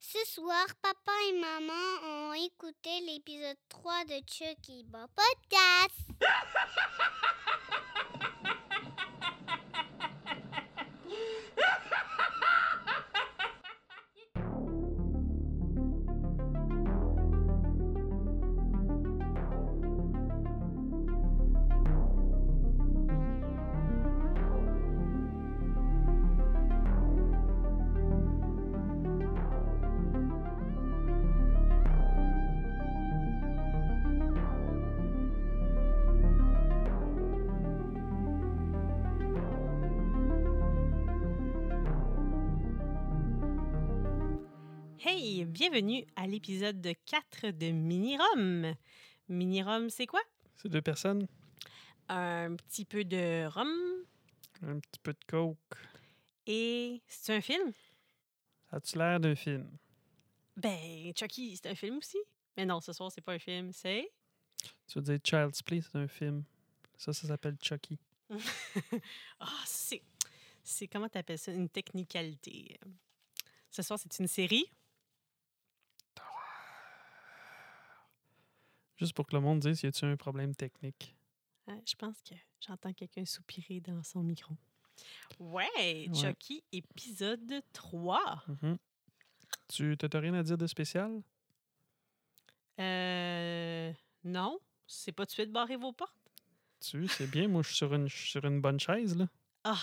Ce soir, papa et maman ont écouté l'épisode 3 de Chucky, bon podcast. Hey, bienvenue à l'épisode 4 de Mini Rome. Mini Rome, c'est quoi? C'est deux personnes, Un petit peu de rhum un petit peu de coke. et c'est un film? As-tu l'air d'un film? Ben, Chucky, c'est un film aussi. Mais non, ce soir, c'est pas un film, c'est. Tu veux dire Child's Play, c'est un film. Ça, ça s'appelle Chucky. Ah, c'est. C'est comment t'appelles ça? Une technicalité. Ce soir, c'est une série. Juste pour que le monde dise, y a-tu un problème technique? Ah, je pense que j'entends quelqu'un soupirer dans son micro. Ouais, Chucky, épisode 3. Mhm. Tu t'as rien à dire de spécial? Euh. Non, c'est pas tout de suite barrer vos portes. Tu, c'est bien. Moi, je suis sur une, je suis sur une bonne chaise, là. Ah,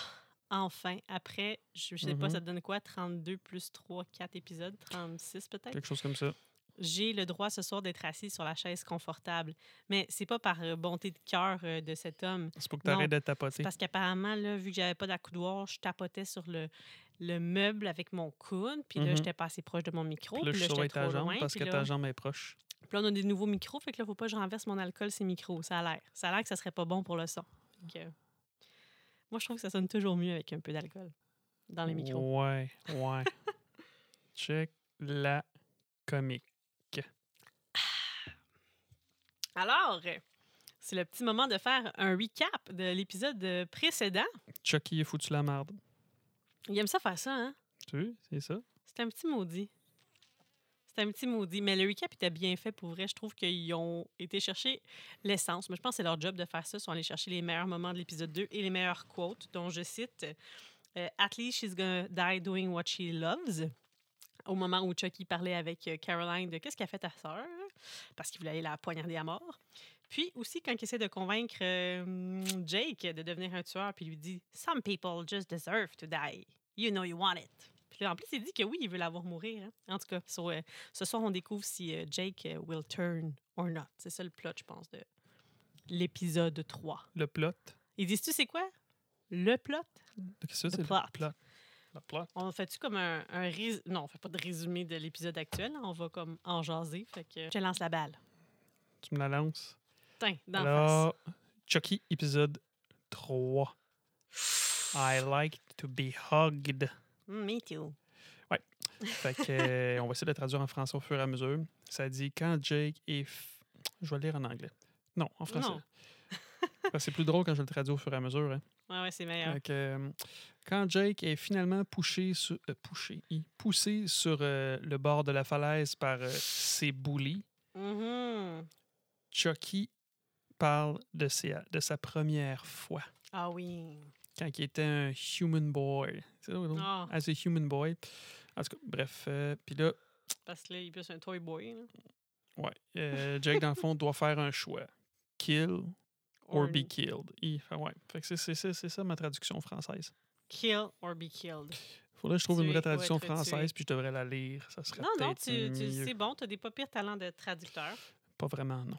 enfin. Après, je je sais pas, Mhm. ça te donne quoi? 32 plus 3, 4 épisodes? 36 peut-être? Quelque chose comme ça. J'ai le droit ce soir d'être assis sur la chaise confortable. Mais c'est pas par euh, bonté de cœur euh, de cet homme. C'est pour que Non, t'arrêtes de C'est tapoter. parce qu'apparemment, là, vu que j'avais pas d'accoudoir, je tapotais sur le, le meuble avec mon coude. Puis là, Mhm. j'étais pas assez proche de mon micro. Puis là, je suis j'étais sur ta trop jambe loin, parce puis que là- ta jambe est proche. puis là, on a des nouveaux micros. Fait que là, faut pas que je renverse mon alcool, ces micros. Ça a l'air. Ça a l'air que ça serait pas bon pour le son. Fait que- Moi, je trouve que ça sonne toujours mieux avec un peu d'alcool dans les micros. Ouais, ouais. Check la comique. Alors, euh, c'est le petit moment de faire un recap de l'épisode euh, précédent. Chucky est foutu la marde. Il aime ça faire ça, hein? Tu, c'est ça? C'est un petit maudit. C'est un petit maudit. Mais le recap était bien fait pour vrai. Je trouve qu'ils ont été chercher l'essence. Mais je pense que c'est leur job de faire ça. Ils sont allés chercher les meilleurs moments de l'épisode 2 et les meilleures quotes, dont je cite euh, At least she's gonna die doing what she loves. Au moment où Chucky parlait avec euh, Caroline de qu'est-ce qu'a fait ta sœur, parce qu'il voulait aller la poignarder à mort. Puis aussi, quand il essaie de convaincre euh, Jake de devenir un tueur, puis il lui dit Some people just deserve to die. You know you want it. Puis là, en plus, il dit que oui, il veut la voir mourir. hein. En tout cas, so, euh, ce soir, on découvre si euh, Jake euh, will turn or not. C'est ça le plot, je pense, de l'épisode 3. Le plot. Ils disent-tu c'est quoi? Le plot? Qu'est-ce que The c'est? Le plot. plot. Le plot. On fait-tu comme un, un rés- Non, on fait pas de résumé de l'épisode actuel. On va comme en jaser. Fait que je te lance la balle. Tu me la lances. Tiens, dans la face. Alors, Chucky, épisode 3. I like to be hugged. Mm, Me too. Fait que, euh, on va essayer de traduire en français au fur et à mesure. Ça dit quand Jake est. f- Je vais le lire en anglais. Non, en français. Non. Parce que c'est plus drôle quand je le traduis au fur et à mesure. hein. Ouais, ouais, c'est meilleur. Fait que, euh, quand Jake est finalement poussé sur, euh, poussé, hi, poussé sur euh, le bord de la falaise par euh, ses bullies, Mhm. Chucky parle de, ses- de sa première fois. Ah oui. quand il était un human boy. C'est ça, non? Ah, As a human boy. En tout cas, bref. euh, Puis là, parce que là, il est plus un toy boy. là. ouais, euh, Jake, dans le fond, doit faire un choix. Kill or Or be killed. Il- fait- ouais. Fait que c'est- c'est c'est- c'est ça ma traduction française. Kill or be killed. Faudrait que je trouve une Tuer ou vraie traduction être tué. française, puis je devrais la lire. Ça serait Non, non, peut-être tu, tu- mieux. c'est bon, t'as des pas pires talents de traducteur. Pas vraiment, non.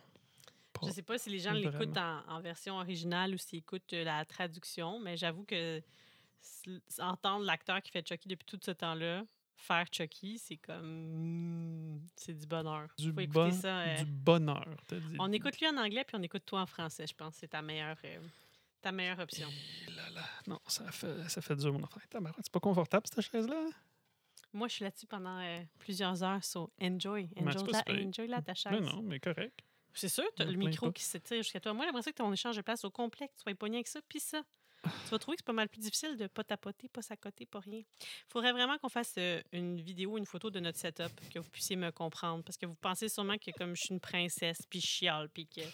Je Pas sais pas si les gens l'écoutent en, en version originale ou s'ils écoutent euh, la traduction, mais j'avoue que s- entendre l'acteur qui fait Chucky depuis tout ce temps-là faire Chucky, c'est comme. mm, C'est du bonheur. Du, Faut écouter bon- ça. euh, du bonheur, t'as dit. On écoute lui en anglais puis on écoute toi en français, je pense. C'est ta meilleure, euh, ta meilleure option. Eh Là, là. Non, ça fait, ça fait dur, mon enfant. Tabarouette, C'est pas confortable, cette chaise-là. Moi, je suis là-dessus pendant euh, plusieurs heures, so enjoy. Ben, c'est Enjoy pas la, si pire. enjoy la ta chaise. Mais non, mais correct. C'est sûr, t'as Me le plains micro pas. qui s'étire jusqu'à toi. Moi, j'aimerais ça que ton échange de place au complet, que tu sois pogné avec ça, puis ça. Tu vas trouver que c'est pas mal plus difficile de pas tapoter, pas s'accoter, pas rien. faudrait vraiment qu'on fasse euh, une vidéo, une photo de notre setup, que vous puissiez me comprendre. Parce que vous pensez sûrement que comme je suis une princesse, puis je chiale, puis qu'il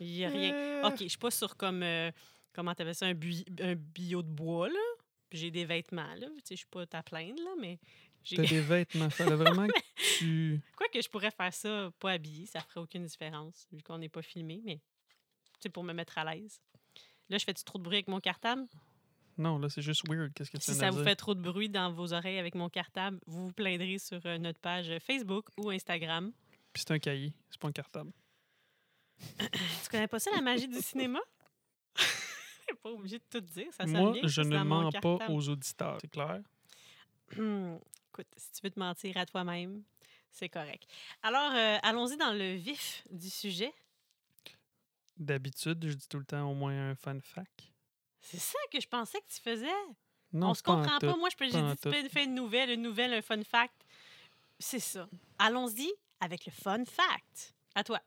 y a rien. Euh, OK, je suis pas sur comme. euh, comment t'appelles ça? Un, bui- un billot de bois, là. Puis j'ai des vêtements, là. Tu sais, je suis pas à plaindre, là, mais. j'ai- T'as des vêtements. Fallait vraiment que tu. Quoi que je pourrais faire ça pas habillée, ça ferait aucune différence, vu qu'on n'est pas filmé, mais. Tu sais, pour me mettre à l'aise. Là, je fais-tu trop de bruit avec mon cartable? Non, là, c'est juste weird. Qu'est-ce que tu Si viens ça de vous dire? fait trop de bruit dans vos oreilles avec mon cartable, vous vous plaindrez sur euh, notre page Facebook ou Instagram. Puis c'est un cahier, c'est pas un cartable. Tu connais pas ça, la magie du cinéma? T'es pas obligé de tout dire, ça sonne Moi, bien que je c'est ne dans mon mens pas cartable. aux auditeurs. C'est clair? Hum, Écoute, si tu veux te mentir à toi-même, c'est correct. Alors, euh, allons-y dans le vif du sujet. D'habitude, je dis tout le temps au moins un fun fact. C'est ça que je pensais que tu faisais. Non, On se pas en comprend tout. pas. Moi, je peux pas en j'ai dit, tu peux faire une nouvelle, une nouvelle, un fun fact. C'est ça. Allons-y avec le fun fact. À toi.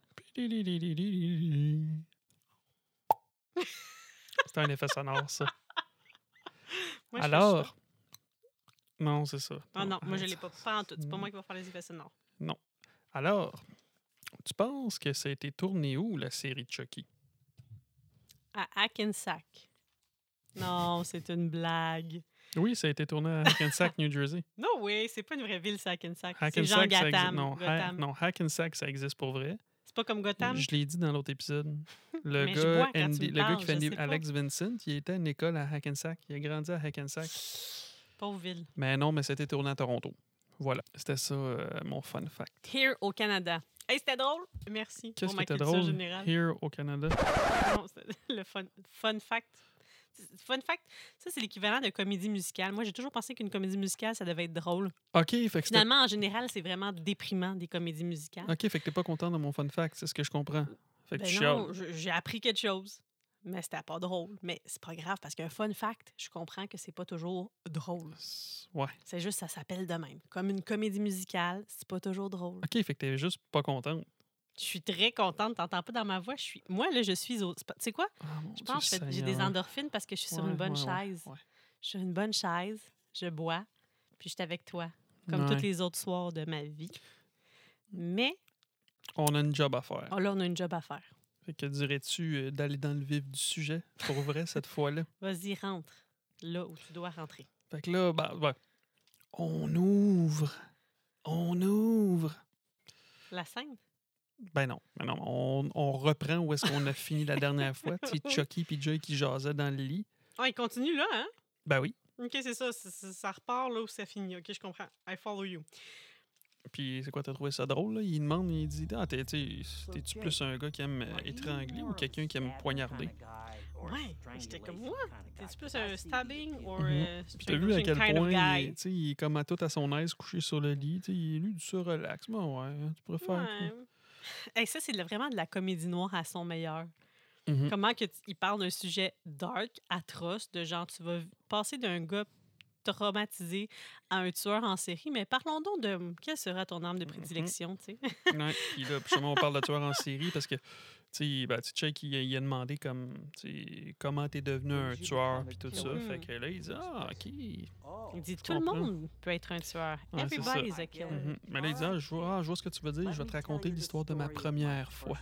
C'est un effet sonore, ça. Moi, je fais ça. Alors. Non, c'est ça. Ah non, moi je arrête. l'ai pas. Pas en tout. C'est pas moi qui vais faire les effets sonores. Alors, tu penses que ça a été tourné où, la série Chucky? À Hackensack. Non, c'est une blague. Oui, ça a été tourné à Hackensack, New Jersey. Non, oui, c'est pas une vraie ville, c'est Hackensack. C'est Jean Hackensack, ça existe. Gotham. Non, Ha- Gotham. non, Hackensack, ça existe pour vrai. C'est pas comme Gotham. Je l'ai dit dans l'autre épisode. Le Mais je bois quand gars, tu Andy- me le gars parles, qui fait je Andy- sais pas. Alex Vincent, il était à une école à Hackensack. Il a grandi à Hackensack. Pauvre ville. Mais non, mais c'était tourné à Toronto. Voilà, c'était ça euh, mon fun fact. Here au Canada. Hey, c'était drôle. Merci Qu'est-ce pour qui ma était culture drôle? générale. Here au Canada. Non, c'est- le fun, fun fact. C'est- Fun fact, ça c'est l'équivalent de comédie musicale. Moi j'ai toujours pensé qu'une comédie musicale ça devait être drôle. OK, fait que c'était- Finalement en général c'est vraiment déprimant des comédies musicales. OK, fait que t'es pas content de mon fun fact, c'est ce que je comprends. Fait que Ben tu non, chiales. je- j'ai appris quelque chose, mais c'était pas drôle. Mais c'est pas grave parce qu'un fun fact, je comprends que c'est pas toujours drôle. Ouais. C'est juste ça s'appelle de même. Comme une comédie musicale, c'est pas toujours drôle. OK, fait que t'es juste pas contente. Je suis très contente, t'entends pas dans ma voix, je suis moi là, je suis au c'est pas- tu sais quoi Ah, mon Je Dieu pense que je fais- j'ai des Seigneur. endorphines parce que je suis sur Ouais, une bonne ouais, ouais, chaise. ouais. Je suis sur une bonne chaise, je bois, puis je suis avec toi comme Ouais. tous les autres soirs de ma vie. Mais On a une job à faire. oh là, on a une job à faire. Fait que dirais-tu euh, d'aller dans le vif du sujet pour vrai cette fois-là? Vas-y, rentre là où tu dois rentrer. Fait que là, bah, ouais. on ouvre. On ouvre. La scène Ben non, ben non. On, on reprend où est-ce qu'on a fini la dernière fois. Tu sais, Chucky et Joy qui jasaient dans le lit. Ah, il continue là, hein? Ben oui. OK, c'est ça, c'est- c'est- Ça repart là où ça finit. OK, je comprends. I follow you. Puis c'est quoi, t'as trouvé ça drôle, là? Il demande, il dit Ah, t'es- t'es- t'es-tu plus un gars qui aime euh, étrangler ou quelqu'un qui aime poignarder? Ouais, j'étais comme, moi, Ah, C'est plus un stabbing euh, ou Mhm. un Puis t'as vu à quel kind of point il, guy? tu sais, il est comme à tout à son aise, couché sur le lit. tu sais, Il est lui du ça relax. Ben ouais, hein, tu préfères. Ouais. Hey, ça, c'est de- vraiment de la comédie noire à son meilleur. que- Mhm. Comment que tu- il parle d'un sujet dark, atroce, de genre, tu vas v- passer d'un gars traumatisé à un tueur en série, mais parlons donc de hum, quelle sera ton arme de Mhm. prédilection, tu sais? Ouais, Puis là, justement, on parle de tueur en série parce que, tu sais, ben, tu sais, Chuck, il, a- il a demandé comme, tu sais, comment t'es devenu un tueur, puis tout ça. Mhm. Fait que là, il dit, ah, OK. Il dit, Je tout le comprends. monde peut être un tueur. Ouais, c'est ça. Everybody's a killer. Mhm. Mais là, il dit, ah, je vois, ah, je vois ce que tu veux dire, je vais te raconter l'histoire de ma première fois.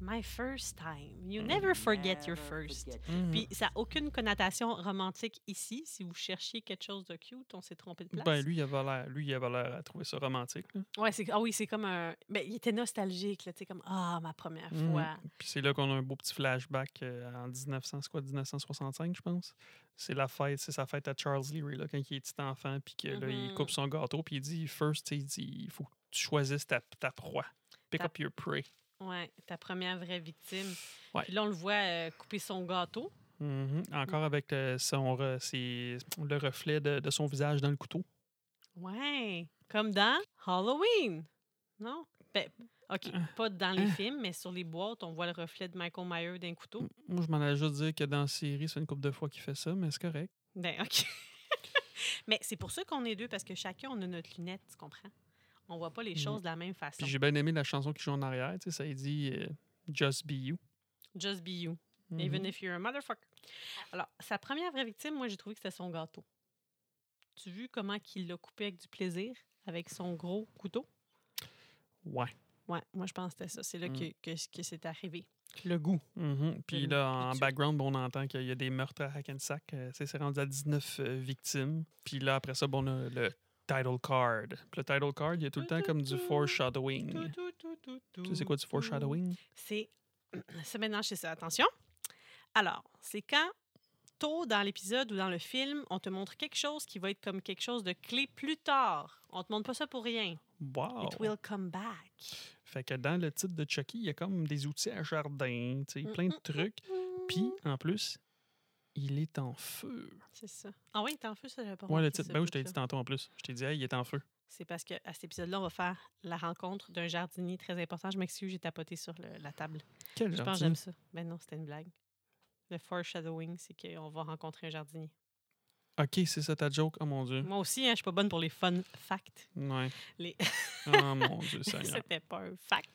My first time. Mm-hmm. You never forget your first. Mhm. Puis ça n'a aucune connotation romantique ici. Si vous cherchiez quelque chose de cute, on s'est trompé de place. Ben, lui, il avait l'air, lui, il avait l'air à trouver ça romantique. là. Ouais, c'est, ah oui, c'est comme un. Ben, il était nostalgique, là, tu sais, comme Ah, ma première Mhm. fois. Puis c'est là qu'on a un beau petit flashback euh, en 1900, c'est quoi, 1965, je pense. C'est la fête, c'est sa fête à Charles Leary, là, quand il est petit enfant, puis que là, il Mhm. coupe son gâteau, puis il dit, first, tu sais, il dit, il faut que tu choisisses ta, ta proie. Pick Ta- up your prey. Ouais, ta première vraie victime. Ouais. Puis là, on le voit euh, couper son gâteau. Mhm. Encore avec euh, son re- ses- le reflet de, de son visage dans le couteau. Ouais. Comme dans Halloween. Non? Ben, OK, Euh. pas dans les films, mais sur les boîtes, on voit le reflet de Michael Myers d'un couteau. Moi, je m'en allais juste dire que dans la série, c'est une couple de fois qu'il fait ça, mais c'est correct. Ben, OK. mais c'est pour ça qu'on est deux, parce que chacun, on a notre lunette, tu comprends? On voit pas les Mhm. choses de la même façon. Puis j'ai bien aimé la chanson qui joue en arrière, tu sais, ça dit euh, Just Be You. Just be you, Mhm. even if you're a motherfucker. Alors, sa première vraie victime, moi, j'ai trouvé que c'était son gâteau. Tu as vu comment qu'il l'a coupé avec du plaisir, avec son gros couteau? Ouais. Ouais, moi, je pense que c'était ça. C'est là Mm. que, que, que c'est arrivé. Le goût. Mhm. Puis Mhm. là, en Puis tu- background, bon, on entend qu'il y a des meurtres à Hackensack. Euh, c'est c'est rendu à 19 euh, victimes. Puis là, après ça, bon, on a le title card. Puis le title card, il y a tout le temps comme du foreshadowing. Tu sais, c'est quoi du foreshadowing? C'est. Ça, maintenant, c'est ça. Attention. Alors, c'est quand tôt dans l'épisode ou dans le film, on te montre quelque chose qui va être comme quelque chose de clé plus tard. On te montre pas ça pour rien. Wow! It will come back. Fait que dans le titre de Chucky, il y a comme des outils à jardin, tu sais, Mm, plein mm, de trucs. Puis, en plus, il est en feu. C'est ça. Ah oui, il est en feu, ça, j'avais pas Ouais, le remarqué titre. ce Ben oui, je bout-là. t'ai dit tantôt en plus. Je t'ai dit, hey, il est en feu. C'est parce qu'à cet épisode-là, on va faire la rencontre d'un jardinier très important. Je m'excuse, j'ai tapoté sur le- la table. Quel Je pense que jardin. j'aime ça. Mais non, c'était une blague. Le foreshadowing, c'est qu'on va rencontrer un jardinier. Ok, c'est ça ta joke. Oh mon Dieu. Moi aussi, hein, je suis pas bonne pour les fun facts. Ouais. Les- oh mon Dieu, Seigneur. C'était pas un fact.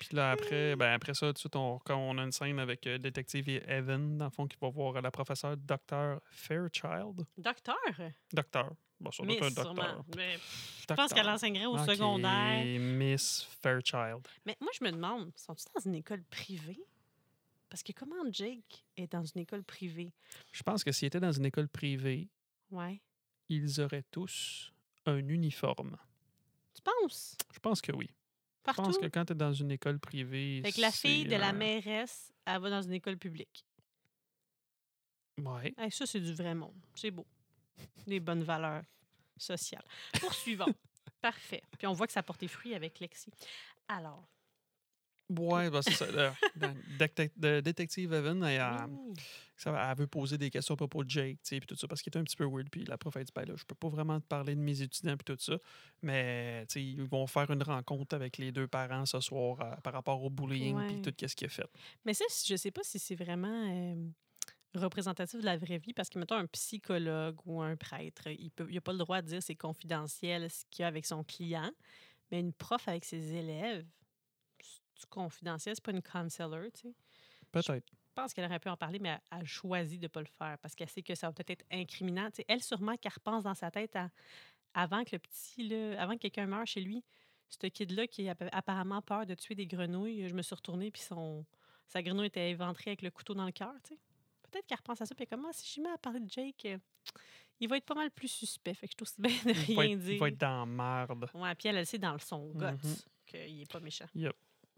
Puis là, après, ben, après ça, tout de suite, on, quand on a une scène avec euh, Détective Evan, dans le fond, qui va voir euh, la professeure Dr. Fairchild. Docteur? Docteur. Bon, ça doit Miss, être un sûrement. docteur. Mais je pense qu'elle enseignerait au Ok, secondaire. Miss Fairchild. Mais moi, je me demande, sont-ils dans une école privée? Parce que comment Jake est dans une école privée? Je pense que s'il était dans une école privée, Ouais. ils auraient tous un uniforme. Tu penses? Je pense que oui. Je Partout? pense que quand tu es dans une école privée. Fait que la fille c'est euh, de la un- mairesse, elle va dans une école publique. Ouais. Hey, ça, c'est du vrai monde. C'est beau. Des bonnes valeurs sociales. Poursuivons. Parfait. Puis on voit que ça a porté fruit avec Lexi. Alors. Ouais, ben, c'est ça. le- dans- Détec- de- Détective Evan, elle, euh, oui. ça va- elle veut poser des questions à propos de Jake, tu sais, puis tout ça, parce qu'il est un petit peu weird. Puis la prof, elle dit, ben là, je peux pas vraiment te parler de mes étudiants, puis tout ça. Mais, tu sais, ils vont faire une rencontre avec les deux parents ce soir euh, par rapport au bullying, puis Ouais. tout ce qu'il a fait. Mais ça, je sais pas si c'est vraiment euh, représentatif de la vraie vie, parce que, mettons, un psychologue ou un prêtre, il n'a il a pas le droit de dire c'est confidentiel ce qu'il y a avec son client, mais une prof avec ses élèves, c'est confidentiel, c'est pas une counselor, tu sais. Peut-être. Je pense qu'elle aurait pu en parler, mais elle, elle choisit de ne pas le faire parce qu'elle sait que ça va peut-être être incriminant. Tu sais, elle, sûrement qu'elle repense dans sa tête à- avant que le petit, là, avant que quelqu'un meure chez lui, ce kid-là qui a app- apparemment peur de tuer des grenouilles, je me suis retournée puis son, sa grenouille était éventrée avec le couteau dans le cœur. tu sais. Peut-être qu'elle repense à ça, puis comment ah, si je mets à parler de Jake, euh, il va être pas mal plus suspect. Fait que je trouve c'est bien de Il va rien être, dire. il va être dans la merde. Ouais, puis elle, elle sait dans le son guts Mhm. qu'il est pas méchant.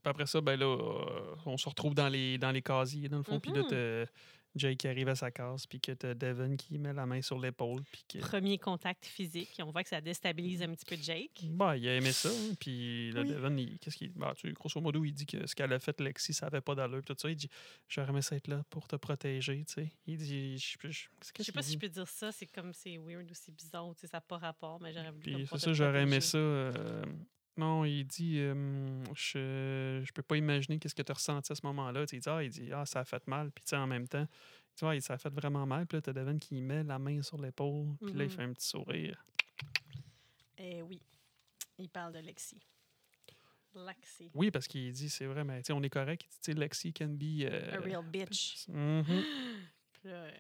Puis après ça, ben là, euh, on se retrouve dans les, dans les casiers, dans le fond. Puis là, Mhm. t'as Jake qui arrive à sa case, puis que t'as Devin qui met la main sur l'épaule, puis que. Premier contact physique, et on voit que ça déstabilise Mm-hmm. un petit peu Jake. Bah, il a aimé ça. hein, Puis le Oui. Devon, il- qu'est-ce qu'il. bah, tu, grosso modo, il dit que ce qu'elle a fait, Lexi, ça n'avait pas d'allure. puis Tout ça, il dit J'aurais aimé ça être là pour te protéger. Tu sais. Il dit Je je- je- qu'est-ce Je sais qu'il pas si dit? je peux dire ça, c'est comme c'est weird ou c'est bizarre, tu sais, ça n'a pas rapport, mais j'aurais voulu. comme Puis c'est pouvoir te ça, j'aurais aimé protéger. ça. euh, non, il dit euh, Je je peux pas imaginer qu'est-ce que tu as ressenti à ce moment-là. Tu sais, Il dit Ah, il dit, ah ça a fait mal. Puis tu sais, en même temps, tu vois, il dit, ça a fait vraiment mal. Puis là, t'as Devon qui met la main sur l'épaule. Puis là, Mhm. il fait un petit sourire. Eh oui, il parle de Lexi. Lexi. Oui, parce qu'il dit C'est vrai, mais tu sais, on est correct. Il dit, Tu sais, Lexi can be. euh, A real bitch. mhm. Puis là, euh,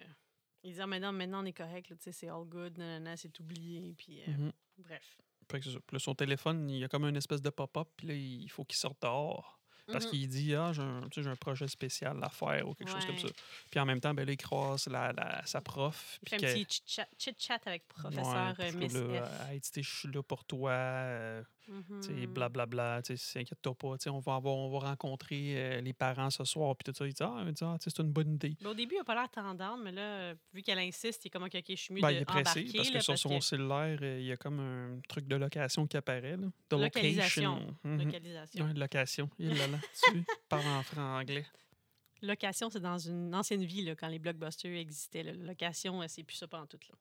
il dit Ah, maintenant, maintenant on est correct, là, tu sais, c'est all good, nanana, c'est oublié, puis euh, Mhm. bref. Fait que c'est ça. Puis là, son téléphone, il y a comme une espèce de pop-up, puis là, il faut qu'il sorte dehors. Parce Mhm. qu'il dit, ah, j'ai un, tu sais, j'ai un projet spécial à faire ou quelque chose comme ça. Ouais. Puis en même temps, ben, là, il croise la, la- sa prof. Il puis fait que- un petit chit-chat- chit-chat avec Ouais, professeur euh, puis Miss là, F. Mm-hmm. Mm. Hey, tu sais, je suis là pour toi, euh, tu sais, blablabla, tu sais, inquiète-toi pas, tu sais, on va, avoir, on va rencontrer euh, les parents ce soir, puis tout ça. Il dit, ah, il dit, ah, tu sais, c'est une bonne idée. Mais au début, il n'a pas l'air tendant, mais là, euh, vu qu'elle insiste, il est comme OK, ok, je suis mieux Ben, de il est pressé embarquer, parce que là, sur son que- cellulaire, euh, il y a comme un truc de location qui apparaît. Là, de Localisation. location. Mhm. localisation. Ouais, location. Il l'a là. Tu parles en franglais. Location, c'est dans une ancienne vie, là, quand les blockbusters existaient. là. Location, euh, c'est plus ça pendant tout. Là.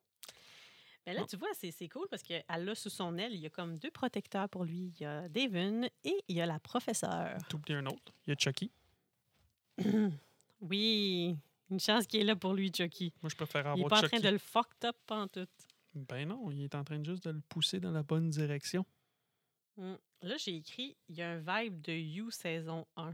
Mais là, Non. tu vois, c'est c'est cool parce qu'elle a sous son aile, il y a comme deux protecteurs pour lui. Il y a Devon et il y a la professeure. T'oublies un autre. Il y a Chucky. Oui, une chance qu'il est là pour lui, Chucky. Moi, je préfère Il est avoir pas en Chucky. train de le fucked up pendant tout. Ben non, il est en train juste de le pousser dans la bonne direction. Là, j'ai écrit, il y a un vibe de You saison 1.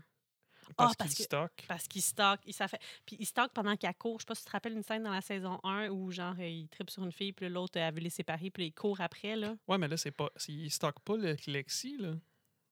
Parce Ah, parce qu'il que- stocke. Parce qu'il stocke, il s'en fait. Puis il stocke pendant qu'elle court. Je sais pas si tu te rappelles une scène dans la saison 1 où genre euh, il tripe sur une fille, puis là, l'autre elle veut les séparer, puis là, il court après là. Ouais, mais là, c'est pas. c'est- Il stocke pas le Lexi, là.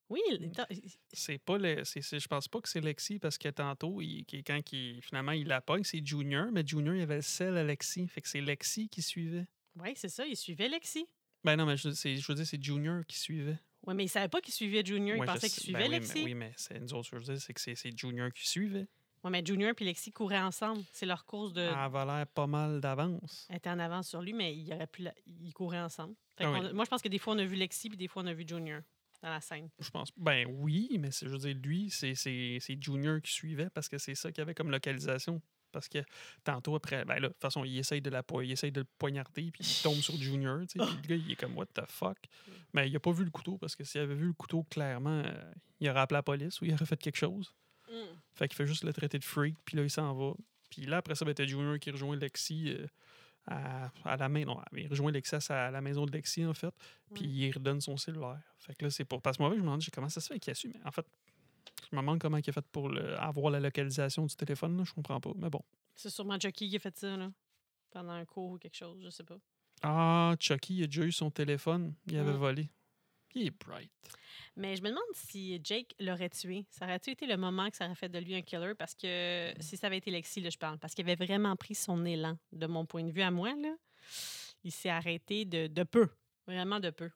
Oui, il- il- il- C'est pas le. c'est- c'est- je pense pas que c'est Lexi parce que tantôt, il, qui- quand il, finalement il la pogne, c'est Junior, mais Junior il avait le sel à Lexi. Fait que c'est Lexi qui suivait. ouais, c'est ça, il suivait Lexi. Ben non, mais je, c'est- je veux dire, c'est Junior qui suivait. Ouais, mais il savait pas qu'il suivait Junior, Ouais, il je pensait sais- qu'il ben suivait oui, mais- Lexi. Oui, mais c'est nous autres, je veux dire, c'est que c'est- c'est Junior qui suivait. Ouais, mais Junior puis Lexi couraient ensemble. C'est leur course de. Elle avait l'air pas mal d'avance. Elle était en avance sur lui, mais il aurait pu la- ils couraient ensemble. Fait Ah qu'on- oui. Moi, je pense que des fois, on a vu Lexi, puis des fois, on a vu Junior dans la scène. Je pense. Ben oui, mais c'est- je veux dire, lui, c'est c'est- c'est Junior qui suivait parce que c'est ça qu'il avait comme localisation. Parce que tantôt après, ben là, de toute façon, il essaye de la po- il essaye de le poignarder, puis il tombe sur Junior, tu sais, puis le gars, il est comme What the fuck? Mais il a pas vu le couteau parce que s'il avait vu le couteau, clairement, euh, il aurait appelé la police ou il aurait fait quelque chose. Fait qu'il fait juste le traiter de freak, puis là, il s'en va. Puis là, après ça, ben, t'as Junior qui rejoint Lexi euh, à, à la main. Non, il rejoint Lexi à, sa- à la maison de Lexi, en fait. Puis Ouais. il redonne son cellulaire. Fait que là, c'est pour. Parce que moi, je me demande j'ai comment ça se fait qu'il a su. Mais en fait, je me demande comment il a fait pour le- avoir la localisation du téléphone. Là, je comprends pas. Mais bon. C'est sûrement Jockey qui a fait ça, là. Pendant un cours ou quelque chose, je sais pas. Ah, Chucky, il a déjà eu son téléphone. Il avait Ouais. volé. Il est bright. Mais je me demande si Jake l'aurait tué. Ça aurait-tu été le moment que ça aurait fait de lui un killer? Parce que Mm-hmm. si ça avait été Lexi, là, je parle, parce qu'il avait vraiment pris son élan, de mon point de vue à moi, là. Il s'est arrêté de, de peu. Vraiment de peu.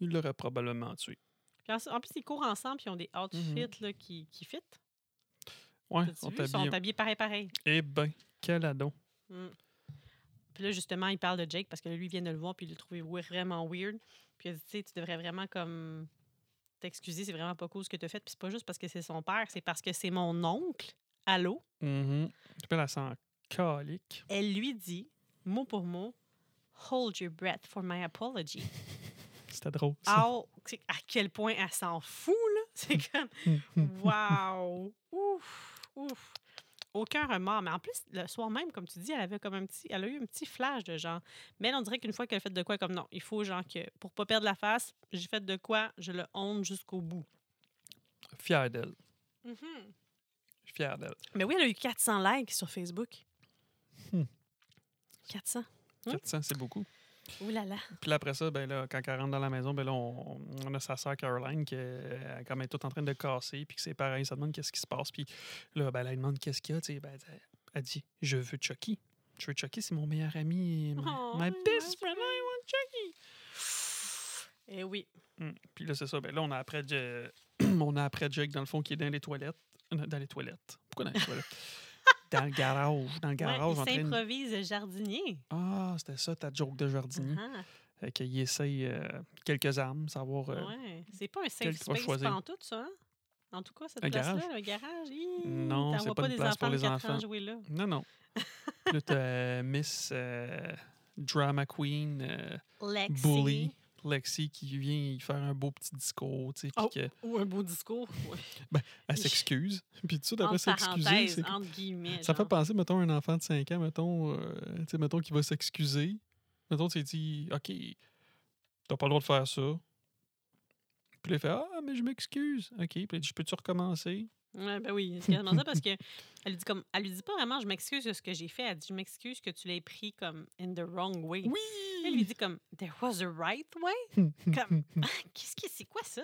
Il l'aurait probablement tué. Puis en, en plus, ils courent ensemble, puis ils ont des outfits là, qui, qui fit. Mm-hmm. Ouais, T'as-tu on vu? Ils sont t'habille. habillés pareil, pareil. Eh ben, quel adon. Mm. Puis là, justement, il parle de Jake parce que lui, il vient de le voir puis il le trouve we- vraiment weird. Puis il a dit, tu sais, tu devrais vraiment comme t'excuser, c'est vraiment pas cool ce que tu as fait. Puis c'est pas juste parce que c'est son père, c'est parce que c'est mon oncle. Allô? Mhm. Tu peux la sent calique. Elle lui dit, mot pour mot, Hold your breath for my apology. C'était drôle. ça. Oh, tu sais, à quel point elle s'en fout, là? C'est comme, Mm-hmm. wow! Ouf! Ouf! Aucun remords. Mais en plus, le soir même, comme tu dis, elle avait comme un petit. Elle a eu un petit flash de genre. Mais elle, on dirait qu'une fois qu'elle a fait de quoi, comme non, il faut genre que pour pas perdre la face, j'ai fait de quoi, je le honte jusqu'au bout. Fier d'elle. Je suis fier d'elle. Mais oui, elle a eu 400 likes sur Facebook. Hmm. 400. Hmm. 400, c'est beaucoup. Ouh là là. Puis là, après ça, ben là, quand elle rentre dans la maison, ben là, on, on a sa sœur Caroline qui est comme elle est toute en train de casser, puis que c'est pareil, ça demande qu'est-ce qui se passe. Puis là, ben, là, elle demande qu'est-ce qu'il y a. tu sais, Ben, elle- elle dit Je veux Chucky. Je veux Chucky, c'est mon meilleur ami. My, Oh, my my best best friend, I want Chucky. Eh oui. Mm. Puis là, c'est ça. Ben là, on a après, Ja- on a après Jake, dans le fond, qui est dans les toilettes. Non, Dans les toilettes. Pourquoi dans les toilettes Dans le garage. Dans le Ouais, garage, il en train de- s'improvise jardinier. Ah, c'était ça ta joke de jardinier. Ah, Euh, qu'il essaye euh, quelques armes, savoir. euh, ouais. C'est pas un Quel safe qu'il va space choisir. pantoute, ça. hein? En tout cas, cette Un place-là, garage. le garage, hi, Non, t'envoies c'est pas une des place enfants pour de les 4 ans enfants. jouer là. Non, non. Puis là, t'as Miss euh, Drama Queen, euh, Lex. Bully, Lexi, qui vient y faire un beau petit discours, tu sais, puis Oh. que- Ou un beau discours. ouais. elle s'excuse. Puis tout ça, d'après entre s'excuser, parenthèses, c'est- entre guillemets. ça fait hein, genre. penser, mettons, à un enfant de 5 ans, mettons, euh, tu sais, mettons, qui va s'excuser. Mettons, tu lui dis, OK, t'as pas le droit de faire ça. Puis là, il fait, ah, mais je m'excuse. OK, puis là, il dit, je peux-tu recommencer? Ouais, ben oui, c'est quasiment ça parce que elle dit comme elle lui dit pas vraiment je m'excuse de ce que j'ai fait, elle dit je m'excuse que tu l'aies pris comme in the wrong way. Elle lui dit comme there was a right way. comme ah, qu'est-ce que c'est quoi ça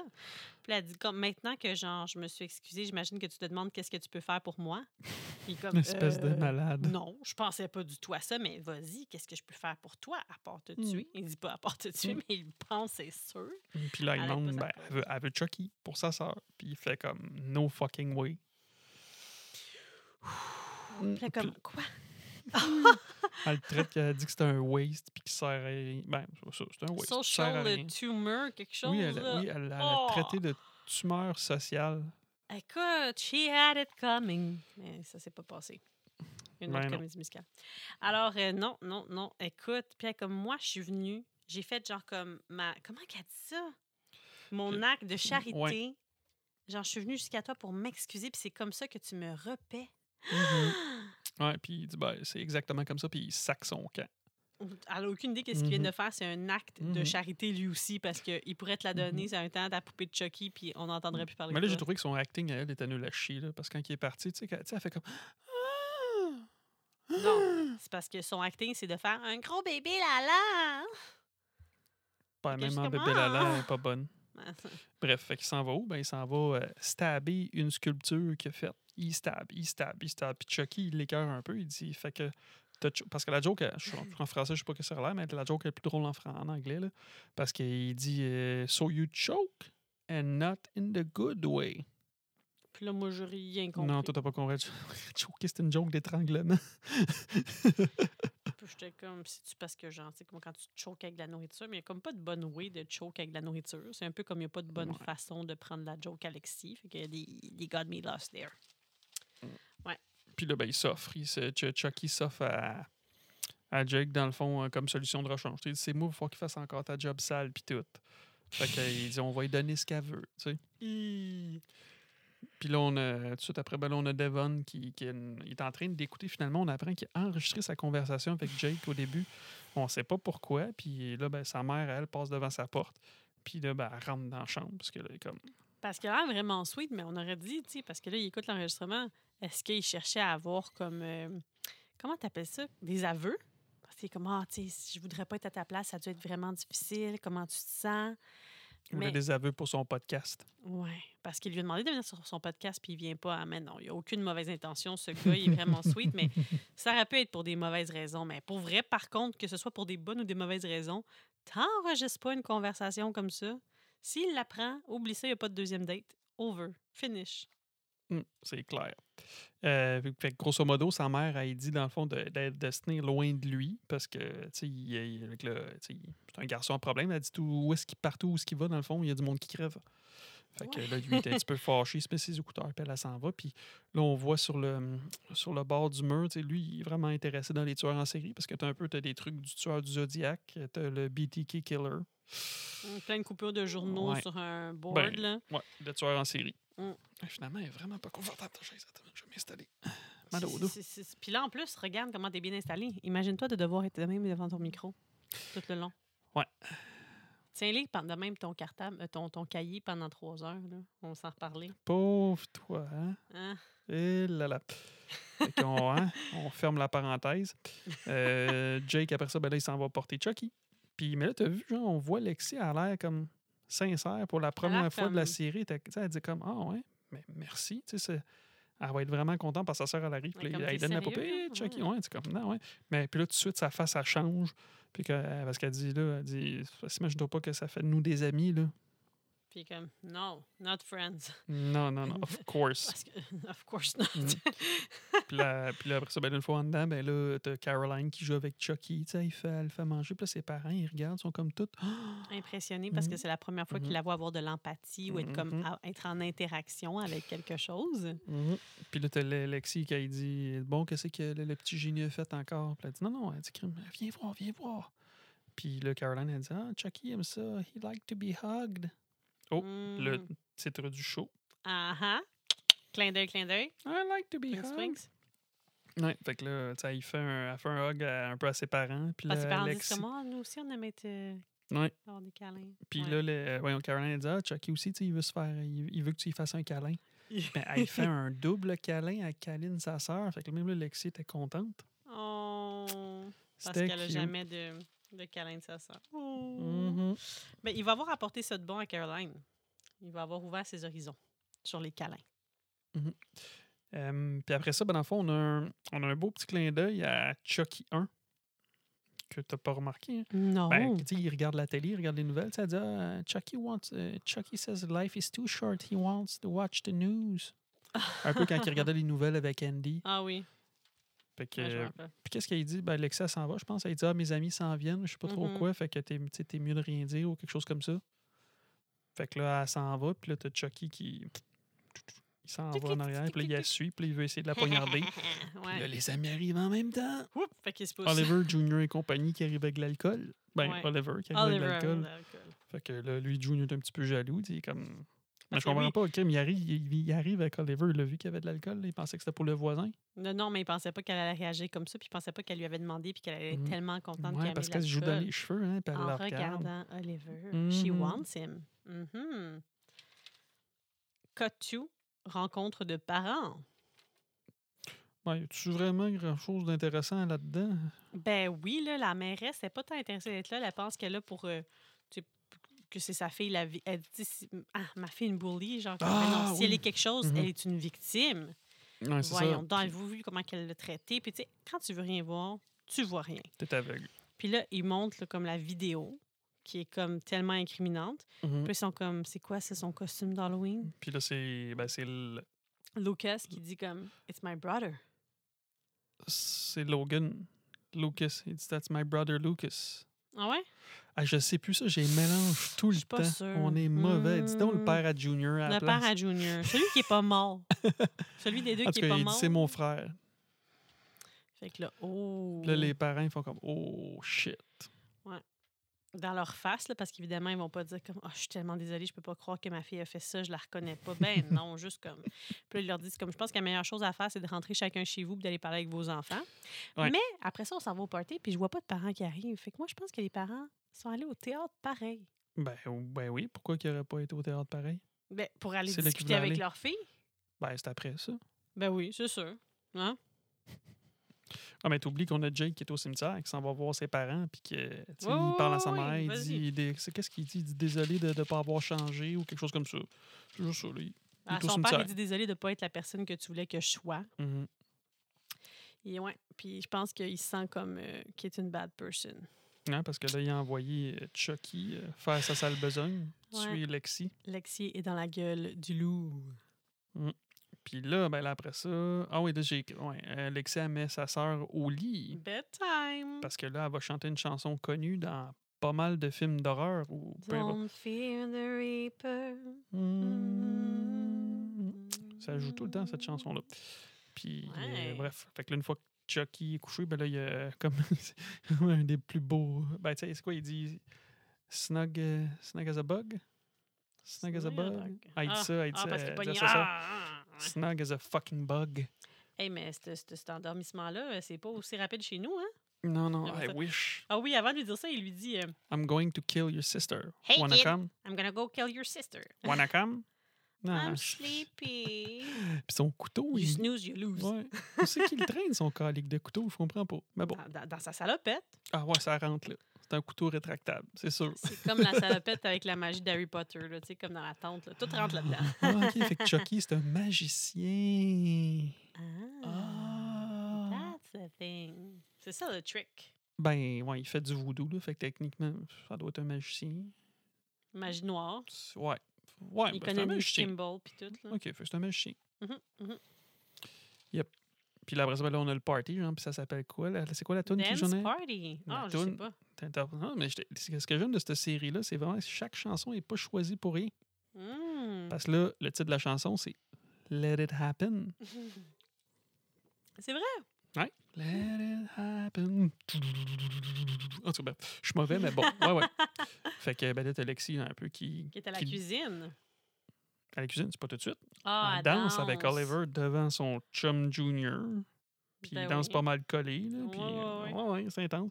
Puis elle dit comme maintenant que genre je me suis excusée, j'imagine que tu te demandes qu'est-ce que tu peux faire pour moi. Puis comme Une espèce de Euh, malade. Non, je pensais pas du tout à ça, mais vas-y, qu'est-ce que je peux faire pour toi à part te Mm. tuer? Il dit pas à part te tuer, Mm. mais il pense, c'est sûr. Puis là, il Arrête pas demande, sa ben, cause. elle veut, elle veut Chucky pour sa sœur. Puis il fait comme, no fucking way. Mm, Puis là, puis comme quoi? Elle le traite, qu'elle dit que c'est un waste, puis qu'il sert à rien. Ben, c'est ça, c'est un waste. il sert à Social rien. tumor, quelque chose. Oui, elle, là. oui, elle, elle a Oh! traité de tumeur sociale. Écoute, she had it coming. Mais ça s'est pas passé. Une Ben autre non. comédie musicale. Alors, euh, non, non, non. Écoute, puis elle, comme moi, je suis venue, j'ai fait genre comme ma. Comment qu'elle dit ça? Mon Je- acte de charité. ouais. Genre, je suis venue jusqu'à toi pour m'excuser, puis c'est comme ça que tu me repais. Mhm. Ouais, puis il dit, ben, c'est exactement comme ça, puis il sac son camp. Elle n'a aucune idée qu'est-ce qu'il vient Mhm. de faire. C'est un acte de Mhm. charité lui aussi parce qu'il pourrait te la donner c'est un temps à ta poupée de Chucky puis on n'entendrait plus parler Mhm. Mais là, de j'ai toi. trouvé que son acting à elle était nul à chier, là, parce que quand il est parti, tu sais, quand- tu sais, elle fait comme. Non, c'est parce que son acting, c'est de faire un gros bébé hein? là-là. Pas que je même suis en comme, bébé Lala, Ah! elle est pas bonne. Bref, fait qu'il s'en va où? Ben, il s'en va euh, stabber une sculpture qu'il a faite. Il stab, il stab, il stab. Puis Chucky, il l'écœure un peu. Il dit, fait que. t'as Chu- Parce que la joke, elle- je suis en- en français, je sais pas que ça a l'air, mais la joke est plus drôle en, fran- en anglais. Là, parce qu'il dit euh, So you choke and not in the good way. Puis là, moi, j'ai rien compris. Non, toi, t'as pas compris. Choker, c'est une joke d'étranglement. Puis J'étais comme, c'est-tu parce que genre, tu sais, comme quand tu te choques avec de la nourriture, mais il n'y a comme pas de bonne way de choke avec de la nourriture. C'est un peu comme il n'y a pas de bonne Ouais. façon de prendre la joke Alexis. Fait que des des got me lost there. Puis là, ben, il s'offre. Il se- Ch- Chucky s'offre à, à Jake, dans le fond, euh, comme solution de rechange. Tu sais, C'est moi, il faut qu'il fasse encore ta job sale, puis tout. Fait qu'il dit, on va lui donner ce qu'elle veut, tu sais. Puis là, on a, tout de suite après, ben là, on a Devon qui, qui est une- il est en train d'écouter. Finalement, on apprend qu'il a enregistré sa conversation avec Jake au début. On sait pas pourquoi. Puis là, ben, sa mère, elle, passe devant sa porte. Puis là, ben, elle rentre dans la chambre. Parce que là, elle est comme. Parce qu'il a l'air vraiment sweet, mais on aurait dit, tu sais, parce que là, il écoute l'enregistrement, est-ce qu'il cherchait à avoir comme. euh, comment t'appelles ça Des aveux Parce qu'il est comme, ah, tu sais, si je voudrais pas être à ta place, ça a dû être vraiment difficile, comment tu te sens Il voulait Mais- des aveux pour son podcast. Ouais, parce qu'il lui a demandé de venir sur son podcast, puis il vient pas. Ah, mais non, il n'y a aucune mauvaise intention. Ce gars, il est vraiment sweet, mais ça aurait pu être pour des mauvaises raisons. Mais pour vrai, par contre, que ce soit pour des bonnes ou des mauvaises raisons, t'enregistres pas une conversation comme ça. S'il l'apprend, oublie ça, il n'y a pas de deuxième date. Over. Finish. Mm, c'est clair. Euh, fait- fait que grosso modo, sa mère a dit, dans le fond, de, de- de se tenir loin de lui parce que, tu sais, il- il- avec le- tu sais, il- c'est un garçon à problème. Elle a dit tout, où est-ce qu'il partout, où est-ce qu'il va, dans le fond, il y a du monde qui crève. Fait que là, lui, il était un petit peu fâché, il se met ses écouteurs, puis elle elle s'en va. Puis là, on voit sur le, sur le bord du mur, tu sais, lui, il est vraiment intéressé dans les tueurs en série parce que t'as un peu, t'as des trucs du tueur du Zodiac, t'as le BTK Killer, Hum, Plein de coupures de journaux Ouais. sur un board, Ben, là. ouais, le tueur en série. Mm. Et Finalement, elle est vraiment pas confortable, ta chaise. Attends, je vais m'installer. Mal au dos. C'est- c'est- c'est- Puis là, en plus, regarde comment t'es bien installé. Imagine-toi de devoir être de même devant ton micro tout le long. Ouais. Tiens-les pendant même ton cartable, euh, ton, ton cahier pendant trois heures. Là. On va s'en reparler. Pauvre toi, hein? Hein? Et Eh là là. Fait qu'on, hein, on ferme la parenthèse. Euh, Jake, après ça, ben là, il s'en va porter Chucky. Puis, mais là, t'as vu, genre, on voit Lexi, elle a l'air comme sincère pour la a l'air première fois de la comme- série. T'as- tu sais, Elle dit comme, ah ouais, mais merci. Tu sais, c'est- elle va être vraiment contente parce que sa soeur, elle arrive. Ouais, puis là, comme elle t'es donne la sérieux, poupée, là? Chucky. Ouais. Ouais, c'est comme, non, ouais. Mais puis là, tout de suite, sa face, elle change. Puis que, parce qu'elle dit, là, elle dit, imagine pas que ça fait de nous des amis, là. Puis comme, no, not friends. Non, non, non, of course. Parce que, of course not. Mm. Puis là, puis là, après ça, ben, là, une fois en dedans, ben là, t'as Caroline qui joue avec Chucky, tu sais, il fait, elle fait manger, puis là, ses parents, ils regardent, ils sont comme tout. Impressionné parce que Mhm. c'est la première fois qu'il Mhm. la voit avoir de l'empathie ou être comme Mhm. à- être en interaction avec quelque chose. Puis là, t'as Le- Lexi qui elle dit, bon, qu'est-ce que le, le petit génie a fait encore? Puis elle dit, non, non, elle dit, crime, viens voir, viens voir. Puis là, Caroline, elle dit, ah, Chucky aime ça, he like to be hugged. Oh, Le Mm. titre du show, Ah ah. Clin d'œil, clin d'œil. I like to be Sphinx, hugged. Sphinx. Ouais, fait que là, tu sais, il fait un, elle fait un hug à- un peu à ses parents. Puis là, Parce que par Lexi- comment nous aussi, on aime être. euh, Ouais. avoir des câlins. Puis Ouais. là, le, euh, voyons, Caroline elle dit Ah, Chucky aussi, tu sais, il veut se faire. Il, il veut que tu lui fasses un câlin. Mais elle fait un double câlin à câline sa sœur. Fait que même là, Lexi était contente. Oh, parce C'était qu'elle a cute. jamais de, de câlin de sa sœur. Oh. Mhm. Mais il va avoir apporté ça de bon à Caroline. Il va avoir ouvert ses horizons sur les câlins. Euh, puis après ça, ben, dans le fond, on a un, on a un beau petit clin d'œil à Chucky 1 que t'as pas remarqué. hein. Non. Ben, tu sais, il regarde la télé, il regarde les nouvelles. tu sais, Elle dit Ah, Chucky, wants, euh, Chucky says life is too short, he wants to watch the news. un peu quand il regardait les nouvelles avec Andy. ah oui, Fait que, ouais, Ah, je me rappelle. Puis qu'est-ce qu'elle dit? Ben, Alexia s'en va, je pense. Elle dit Ah, mes amis s'en viennent, je sais pas trop Mhm. quoi, fait que t'es, tu sais, t'es mieux de rien dire ou quelque chose comme ça. Fait que là, elle s'en va, puis là, t'as Chucky qui. Il s'en va en arrière, puis là, il la suit, puis là, il veut essayer de la poignarder. Puis ouais. là, les amis arrivent en même temps. Oups, fait qu'il se pousse. Oliver Junior et compagnie qui arrivent avec de l'alcool. Ben, Ouais. Oliver qui arrive Oliver, avec de l'alcool. l'alcool. Fait que là, lui, Junior est un petit peu jaloux, tu sais, comme. Parce Mais je C'est comprends lui. pas. OK, mais il arrive, il, il arrive avec Oliver. Il a vu qu'il y avait de l'alcool. Il pensait que c'était pour le voisin. Non, non, mais il pensait pas qu'elle allait réagir comme ça, puis il pensait pas qu'elle lui avait demandé, puis qu'elle allait être Mhm. tellement contente Ouais, qu'elle parce qu'elle qu'elle se joue dans les cheveux. Hein, puis elle En le regarde. regardant Oliver. She Mhm. wants him. Mhm. Kotu, rencontre de parents. Ouais, tu Ben, vraiment grand-chose d'intéressant là-dedans? Ben oui, là, la mairesse n'est pas tant intéressée d'être là. Elle pense qu'elle est là pour. euh, tu sais, que c'est sa fille, la vie. Elle dit si- Ah, ma fille, une bully. Genre, comme, ben non, Ah, si elle oui. est quelque chose, Mhm. elle est une victime. Ouais, c'est Voyons, ça. donc, avez-vous vu comment qu'elle l'a traité? Puis, tu sais, quand tu veux rien voir, tu vois rien. T'es aveugle. Puis là, ils montrent là, comme la vidéo, qui est comme tellement incriminante. Mhm. Puis, ils sont comme, c'est quoi, c'est son costume d'Halloween? Puis là, c'est ben, c'est le- Mm. Lucas qui dit comme, it's my brother. c'est Logan. Lucas. Il dit That's my brother Lucas. Ah ouais? Ah, je sais plus ça, j'ai mélange tout le suis pas temps. sûre. On est mauvais. Dis donc le Hmm. père à Junior à la Le place. père à Junior. Celui qui est pas mort. Celui des deux En qui tout est pas cas, il dit mort. c'est mon frère. Fait que là, oh. Puis Là, les parents ils font comme Oh shit. Dans leur face, là, parce qu'évidemment, ils vont pas dire comme Ah, je suis tellement désolée, je peux pas croire que ma fille a fait ça, je la reconnais pas. Ben non, juste comme. Puis là, ils leur disent comme Je pense que la meilleure chose à faire, c'est de rentrer chacun chez vous et d'aller parler avec vos enfants. Ouais. Mais après ça, on s'en va au party, puis je vois pas de parents qui arrivent. Fait que moi, je pense que les parents sont allés au théâtre pareil. Ben, oh, ben oui, pourquoi qu'il aurait pas été au théâtre pareil? Ben, pour aller C'est là qu'ils discuter voulaient avec aller. leur fille. Ben, c'est après ça. Ben oui, c'est sûr. Hein? Ah, mais t'oublies qu'on a Jake qui est au cimetière, qui s'en va voir ses parents, puis que, tu sais, Ouais, il parle à ouais, sa ouais, mère, il vas-y. dit, des- c'est- qu'est-ce qu'il dit? Il dit désolé de ne pas avoir changé ou quelque chose comme ça. C'est juste ça, là. Il- Il Ah, est au son père, cimetière. il dit Désolé de pas être la personne que tu voulais que je sois. Mhm. Et ouais, puis je pense qu'il se sent comme euh, qu'il est une bad person. Ouais, Hein, parce que là, il a envoyé euh, Chucky euh, faire sa sale besogne, Ouais. tuer Lexi. Lexi est dans la gueule du loup. Puis là, ben là, après ça. Ah oui, là, j'ai. Ouais, euh, Lexi, elle met sa sœur au lit. Bedtime. Parce que là, elle va chanter une chanson connue dans pas mal de films d'horreur ou peu importe. Don't fear the reaper. Mm. Ça joue tout le temps, cette chanson-là. Puis, euh, Hmm. Ouais. bref. Fait que là, une fois que Chucky est couché, ben là, il y a euh, comme c'est un des plus beaux. Ben, tu sais, c'est quoi, il dit Snug, euh, snug as a bug Snug as a Snug as a bug. bug. Ah, il dit ça, il dit Ah, ça. parce qu'il elle est pas dit à niais. sa sœur, Ah! Snug as a fucking bug. Hey, mais ce- ce- cet endormissement-là, euh, c'est pas aussi rapide chez nous, hein? Non, non, J'aime I ça. wish. Ah oui, avant de lui dire ça, il lui dit euh, I'm going to kill your sister. Hey, Wanna kid. come? I'm gonna go kill your sister. Wanna come? Non. I'm Puis sleepy. son You couteau, il... snooze, you lose. Ouais. Où c'est qu'il traîne, son calique de couteau? Je comprends pas. Mais bon. Dans, dans- dans sa salopette. Ah ouais, ça rentre, là. C'est un couteau rétractable, c'est sûr. C'est comme la salopette avec la magie d'Harry Potter, là, tu sais, comme dans la tente. là. Tout rentre là-dedans. Ah, OK. Fait que Chucky, c'est un magicien. Ah. That's the thing. C'est ça le trick. Ben, ouais, il fait du voodoo, là. Fait que techniquement, ça doit être un magicien. Magie noire. C'est- Ouais. Ouais, il ben, c'est un connaît le magicien. symbol puis tout. Là. OK, fait que c'est un magicien. Mhm, mhm. Puis là, après ça, ben là, on a le party, genre, puis ça s'appelle quoi? là? C'est quoi la tune qui Dance journait? party. La Ah, je sais toune. pas. T'inter- Non, mais j'étais- c'est- ce que j'aime de cette série-là, c'est vraiment que chaque chanson n'est pas choisie pour rien. Mm. Hmm. Parce que là, le titre de la chanson, c'est Let It Happen. C'est vrai. Ouais. Let It Happen. En tout cas, ben, je suis mauvais, mais bon. Ouais, ouais. fait que, ben là, t'as Lexi, un peu qui. Qui est à la qui- cuisine. À la cuisine, c'est pas tout de suite. Ah, Elle elle danse, avec Oliver devant son chum junior. Puis Ben il danse oui. pas mal collé, là. Ouais, Puis, ouais, euh, ouais. ouais, ouais, c'est intense.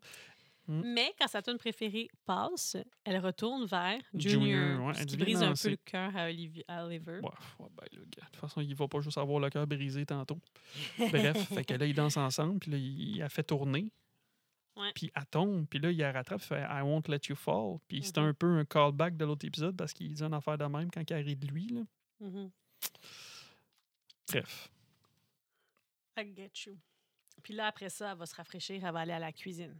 Mais quand sa tune préférée passe, elle retourne vers Junior, Junior, ouais, ce elle qui dit, brise Viens un danser. peu le cœur à, Olivi- à Oliver. Ouais, ouais, ben là, gars, de toute façon, il va pas juste avoir le cœur brisé tantôt. Bref, fait que là, ils dansent ensemble, puis là, il il a fait tourner. Ouais. Puis elle tombe, puis là, il la rattrape, il fait I won't let you fall. Puis c'est Mhm. un peu un callback de l'autre épisode parce qu'il dit une affaire de même quand il arrive de lui. Là. Mhm. Bref. I get you. Puis là, après ça, elle va se rafraîchir, elle va aller à la cuisine.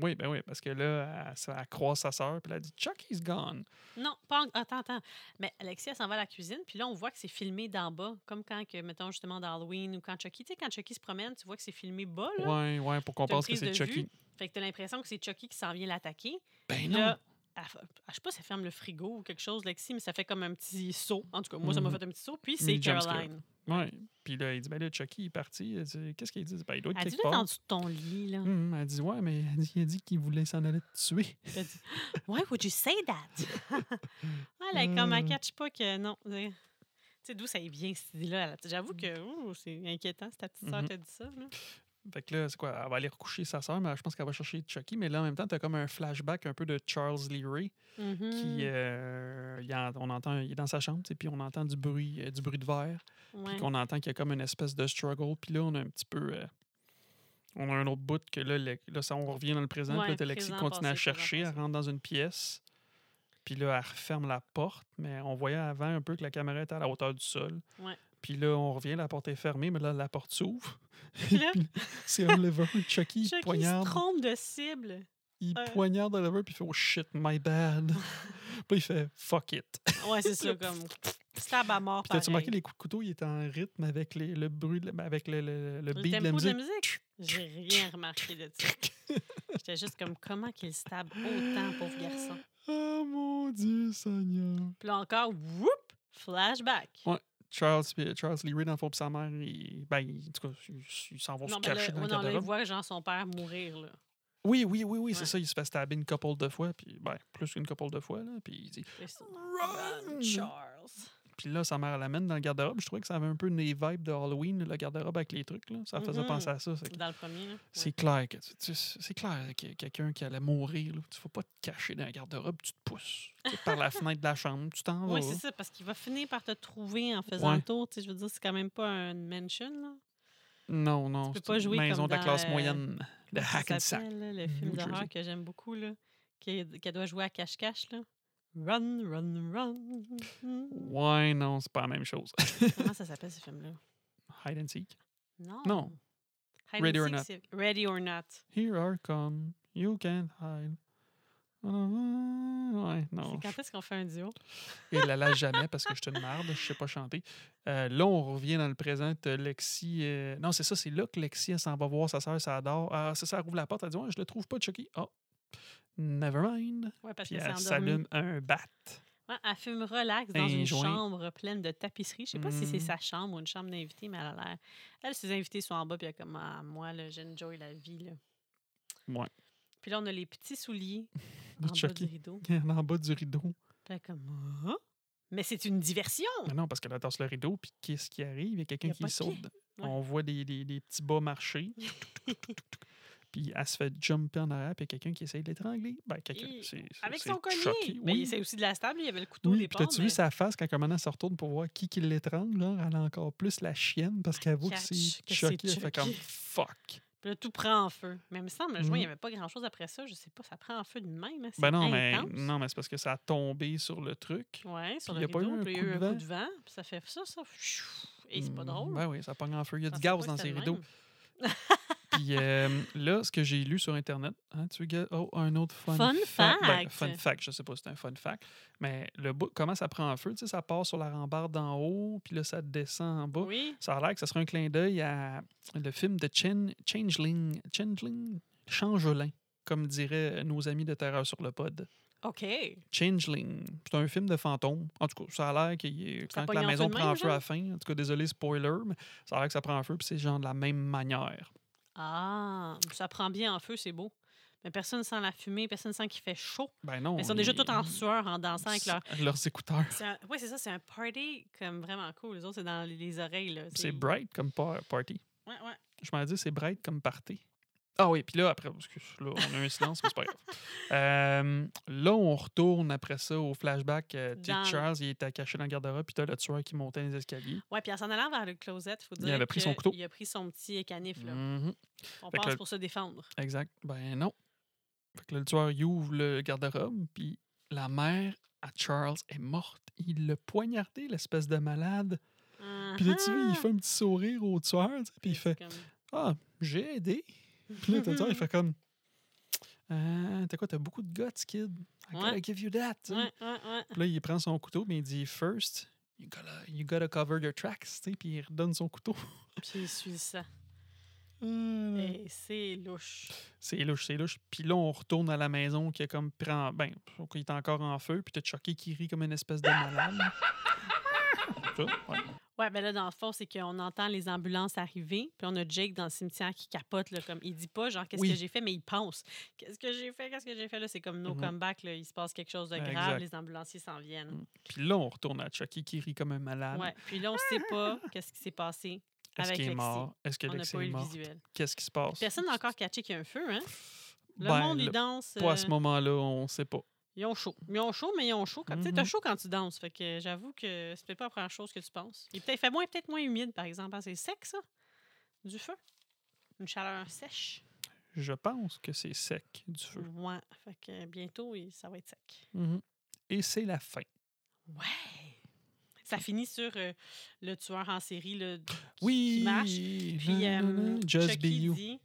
Oui, ben oui, parce que là, elle, s- elle croise sa sœur, puis elle dit Chucky's gone. Non, pas en- Attends, attends. Mais Alexia s'en va à la cuisine, puis là, on voit que c'est filmé d'en bas, comme quand, que, mettons, justement, dans Halloween ou quand Chucky, tu sais, quand Chucky se promène, tu vois que c'est filmé bas, là. Ouais, ouais, pour qu'on T'as une pense que prise c'est de Chucky. vue. Fait que t'as l'impression que c'est Chucky qui s'en vient l'attaquer. Ben Puis non. là, elle fa- je sais pas si elle ferme le frigo ou quelque chose, Lexi, mais ça fait comme un petit saut. En tout cas, moi, ça m'a Mhm. fait un petit saut, puis Une c'est jump scare. Caroline. Ouais. Puis là, il dit Ben là, Chucky est parti. Elle dit, Qu'est-ce qu'il dit Ben, il doit être Elle dit, quelque tu en part. dessous de ton lit, là. Hum, elle dit Ouais, mais elle dit- il a dit qu'il voulait s'en aller te tuer. Why would you say that? ouais, Ah, elle est comme, elle Hmm. catch pas que non. Tu sais, d'où ça vient, cette idée-là. J'avoue que ouh, c'est inquiétant si ta petite soeur Mhm. t'a dit ça. là. Fait que là, c'est quoi? Elle va aller recoucher sa sœur, mais je pense qu'elle va chercher Chucky. Mais là, en même temps, t'as comme un flashback un peu de Charles Lee Ray. Mhm. Qui, euh, il, en- on entend, il est dans sa chambre, tu sais, puis on entend du bruit, euh, du bruit de verre. Ouais. Puis qu'on entend qu'il y a comme une espèce de struggle. Puis là, on a un petit peu. euh, on a un autre bout que là, le- là, ça, on revient dans le présent. Ouais, puis là, t'as Lexi qui présent, continue à passé, présent, chercher. Elle passé. rentre dans une pièce. Puis là, elle referme la porte. Mais on voyait avant un peu que la caméra était à la hauteur du sol. Ouais. Puis là, on revient, la porte est fermée, mais là, la porte s'ouvre. Puis là, C'est Oliver, Chucky, Chucky il se poignarde. trompe euh. de cible. Il Ouais. poignarde Oliver, puis il fait Oh shit, my bad. puis il fait Fuck it. Ouais, c'est ça, comme stab à mort. Puis t'as-tu remarqué pareil. les coups de couteau, il est en rythme avec les- le bruit, de la- ben, avec le, le, Le le beat de la tempo musique. J'ai rien remarqué de ça. J'étais juste comme, comment qu'il stab autant, pauvre garçon? Oh mon Dieu, Seigneur. Puis là encore, whoop, flashback. Ouais, Charles, puis- Charles Lee Ray, dans le fond, puis sa mère, il, ben, il- en tout cas, ils ils s'en vont non, se mais là, cacher dans ouais, le non, là, il garde-robe. voit genre son père mourir, là. Oui, oui, oui, oui, Ouais. c'est ça. Il se fait stabber une couple de fois, puis ben, plus qu'une couple de fois, là, puis il dit. C'est ça. Run! Run, Charles. Puis là, sa mère l'amène dans le garde-robe. Je trouvais que ça avait un peu les vibes de Halloween, le garde-robe avec les trucs. Là. Ça faisait Mhm. penser à ça. c'est- Dans le premier, là. Ouais. C'est clair que tu- tu- c'est clair qu'il y a quelqu'un qui allait mourir. Là. Tu ne vas pas te cacher dans un garde-robe, tu te pousses. Tu sais, par la fenêtre de la chambre, tu t'en vas. Oui, c'est ça, parce qu'il va finir par te trouver en faisant Ouais. le tour. Tu sais, je veux dire, c'est quand même pas une mansion, là. Non, non. peux c'est pas une jouer comme maison de la dans, classe euh, moyenne. Le Comment ça hack and sack. s'appelle, là, le New film Jersey. d'horreur que j'aime beaucoup, là, qu'elle qu'elle doit jouer à cache-cache, là. Run, run, run. Ouais, non, c'est pas la même chose. Comment ça s'appelle, ce film-là? Hide and seek. Non. Non. Hide and Ready or Seek, Not. c'est- Ready or Not. Here I come. You can hide. Ouais, non. C'est quand est-ce qu'on fait un duo? Et là, là, jamais, parce que je te marde, je sais pas chanter. Euh, là, on revient dans le présent. t'as Lexi. euh, Non, c'est ça, c'est là que Lexi, elle s'en va voir sa sœur, ça adore. Ah, c'est ça, elle ouvre la porte, elle dit Ouais, Je le trouve pas, Chucky. Oh, never mind. Ouais, parce Puis que c'est elle endormi. s'allume un bat. Ouais, elle fume relax dans une Enjoint. chambre pleine de tapisseries. Je sais pas si c'est Mm. sa chambre ou une chambre d'invité, mais elle a l'air. Elle, ses invités sont en bas, puis elle est comme ah, moi, là, j'enjoy la vie. Là. Ouais. Puis là, on a les petits souliers en De bas du Chucky. rideau. En bas du rideau. Puis elle est comme Ah! Mais c'est une diversion! Mais non, parce qu'elle torse le rideau, puis qu'est-ce qui arrive Il y a quelqu'un Y a qui pas de saute. pied. dedans. On voit des, des- des petits bas marcher. puis elle se fait jumper en arrière, puis il y a quelqu'un qui essaye de l'étrangler. Ben, quelqu'un. Et- c'est- c'est- Avec c'est son collier! Chucky, Mais oui. c'est aussi de la stable, il y avait le couteau euh, Oui, des puis t'as-tu vu sa face quand comment elle se retourne pour voir qui, qui l'étrangle? là? Elle a encore plus la chienne parce qu'elle voit que catch c'est Ah, que c'est Chucky. Elle fait comme Chucky. fuck. Puis là, tout prend en feu. Mais il me semble, je vois, il n'y Mm. avait pas grand-chose après ça. Je sais pas, ça prend en feu de même. hein, Ben c'est non, mais, intense. non, mais c'est parce que ça a tombé sur le truc. Ouais, sur le Puis il y a pas rideau, eu un puis il y a coup eu de un coup vent. de vent, puis ça fait ça, ça. Et c'est pas Hmm, drôle. Ben oui, ça pogne en feu. Il y a du Pensais pas gaz que dans c'était ces le rideaux. même. Puis euh, là, ce que j'ai lu sur Internet, hein, tu gars, oh, un autre fun, Fun fact. Ben, fact. fun fact, je sais pas si c'est un fun fact, mais le bout, comment ça prend en feu, tu sais, ça part sur la rambarde d'en haut, puis là, ça descend en bas. Oui. Ça a l'air que ça serait un clin d'œil à le film de Chen, Changeling, Changeling, Changelin, comme diraient nos amis de Terreur sur le pod. OK. Changeling, c'est un film de fantôme. En tout cas, ça a l'air qu'il y ait- Ça quand pogne la en feu maison de prend même, feu à la genre? fin. En tout cas, désolé, spoiler, mais ça a l'air que ça prend feu, puis c'est genre de la même manière. Ah, ça prend bien en feu, c'est beau. Mais personne sent la fumée, personne sent qu'il fait chaud. Ben non. Mais ils sont déjà il- tous en sueur, en dansant avec leur. leurs écouteurs. Oui, c'est ça, c'est un party comme vraiment cool. Les autres, c'est dans les- les oreilles. là. C'est bright comme par- party. Ouais, ouais. Je m'en dis, c'est bright comme party. Ah oui, puis là, après, excuse, là, on a un silence, mais c'est pas grave. Euh, là, on retourne après ça au flashback. euh, tu sais, Dans- Charles, il était caché dans le garde-robe, puis t'as le tueur qui montait les escaliers. Ouais, puis en s'en allant vers le closet, faut Il dire avait pris son que couteau. Il a pris son petit canif. Là. Mhm, On Fait que pense le- pour se défendre. exact. Ben non. Fait que là, le tueur, il ouvre le garde-robe, puis la mère à Charles est morte. Il l'a poignardé, l'espèce de malade. Puis là, tu vois, il fait un petit sourire au tueur, tu sais, puis il fait Ah, j'ai aidé. Puis là, t'as le Mhm. tueur, il fait comme Euh, T'as quoi, t'as beaucoup de guts, kid. I gotta Ouais. give you that. tu sais. Ouais, ouais, ouais. Puis là, il prend son couteau, mais il dit First, you gotta, you gotta cover your tracks. tu sais, Puis il redonne son couteau. Puis il suit ça. Mmh. Et c'est louche. C'est louche, c'est louche. Puis là, on retourne à la maison qui est comme prend. Ben, il est encore en feu. Puis t'as Chucky qui rit comme une espèce de malade. Ça, ouais. Ouais, ben là, dans le fond, c'est qu'on entend les ambulances arriver, puis on a Jake dans le cimetière qui capote, là, comme il dit pas, genre, qu'est-ce Oui. que j'ai fait, mais il pense. Qu'est-ce que j'ai fait, qu'est-ce que j'ai fait, là, c'est comme nos Mhm. comebacks, là, il se passe quelque chose de Ben, grave, exact. les ambulanciers s'en viennent. Puis là, on retourne à Chucky qui rit comme un malade. Ouais, puis là, on sait pas qu'est-ce qui s'est passé Est-ce avec qu'il est Lexi. mort? Est-ce que On n'a Lexi pas eu est le mort? visuel. Qu'est-ce qui se passe? Personne n'a encore catché qu'il y a un feu, hein? Le Ben, monde, il le- danse. Pas à euh, ce moment-là, on sait pas. Ils ont chaud. Ils ont chaud, mais ils ont chaud. Quand, tu sais, Mhm. T'as chaud quand tu danses. Fait que j'avoue que c'est peut-être pas la première chose que tu penses. Il, peut fait moins, peut-être moins humide, par exemple. hein. C'est sec, ça? Du feu? Une chaleur sèche? Je pense que c'est sec du feu. Ouais. Fait que bientôt, il- ça va être sec. Mhm. Et c'est la fin. Ouais! Ça finit sur euh, le tueur en série, là. Oui! marche, Puis, na, na, euh, na, Just Chucky Be You. Mm. dit-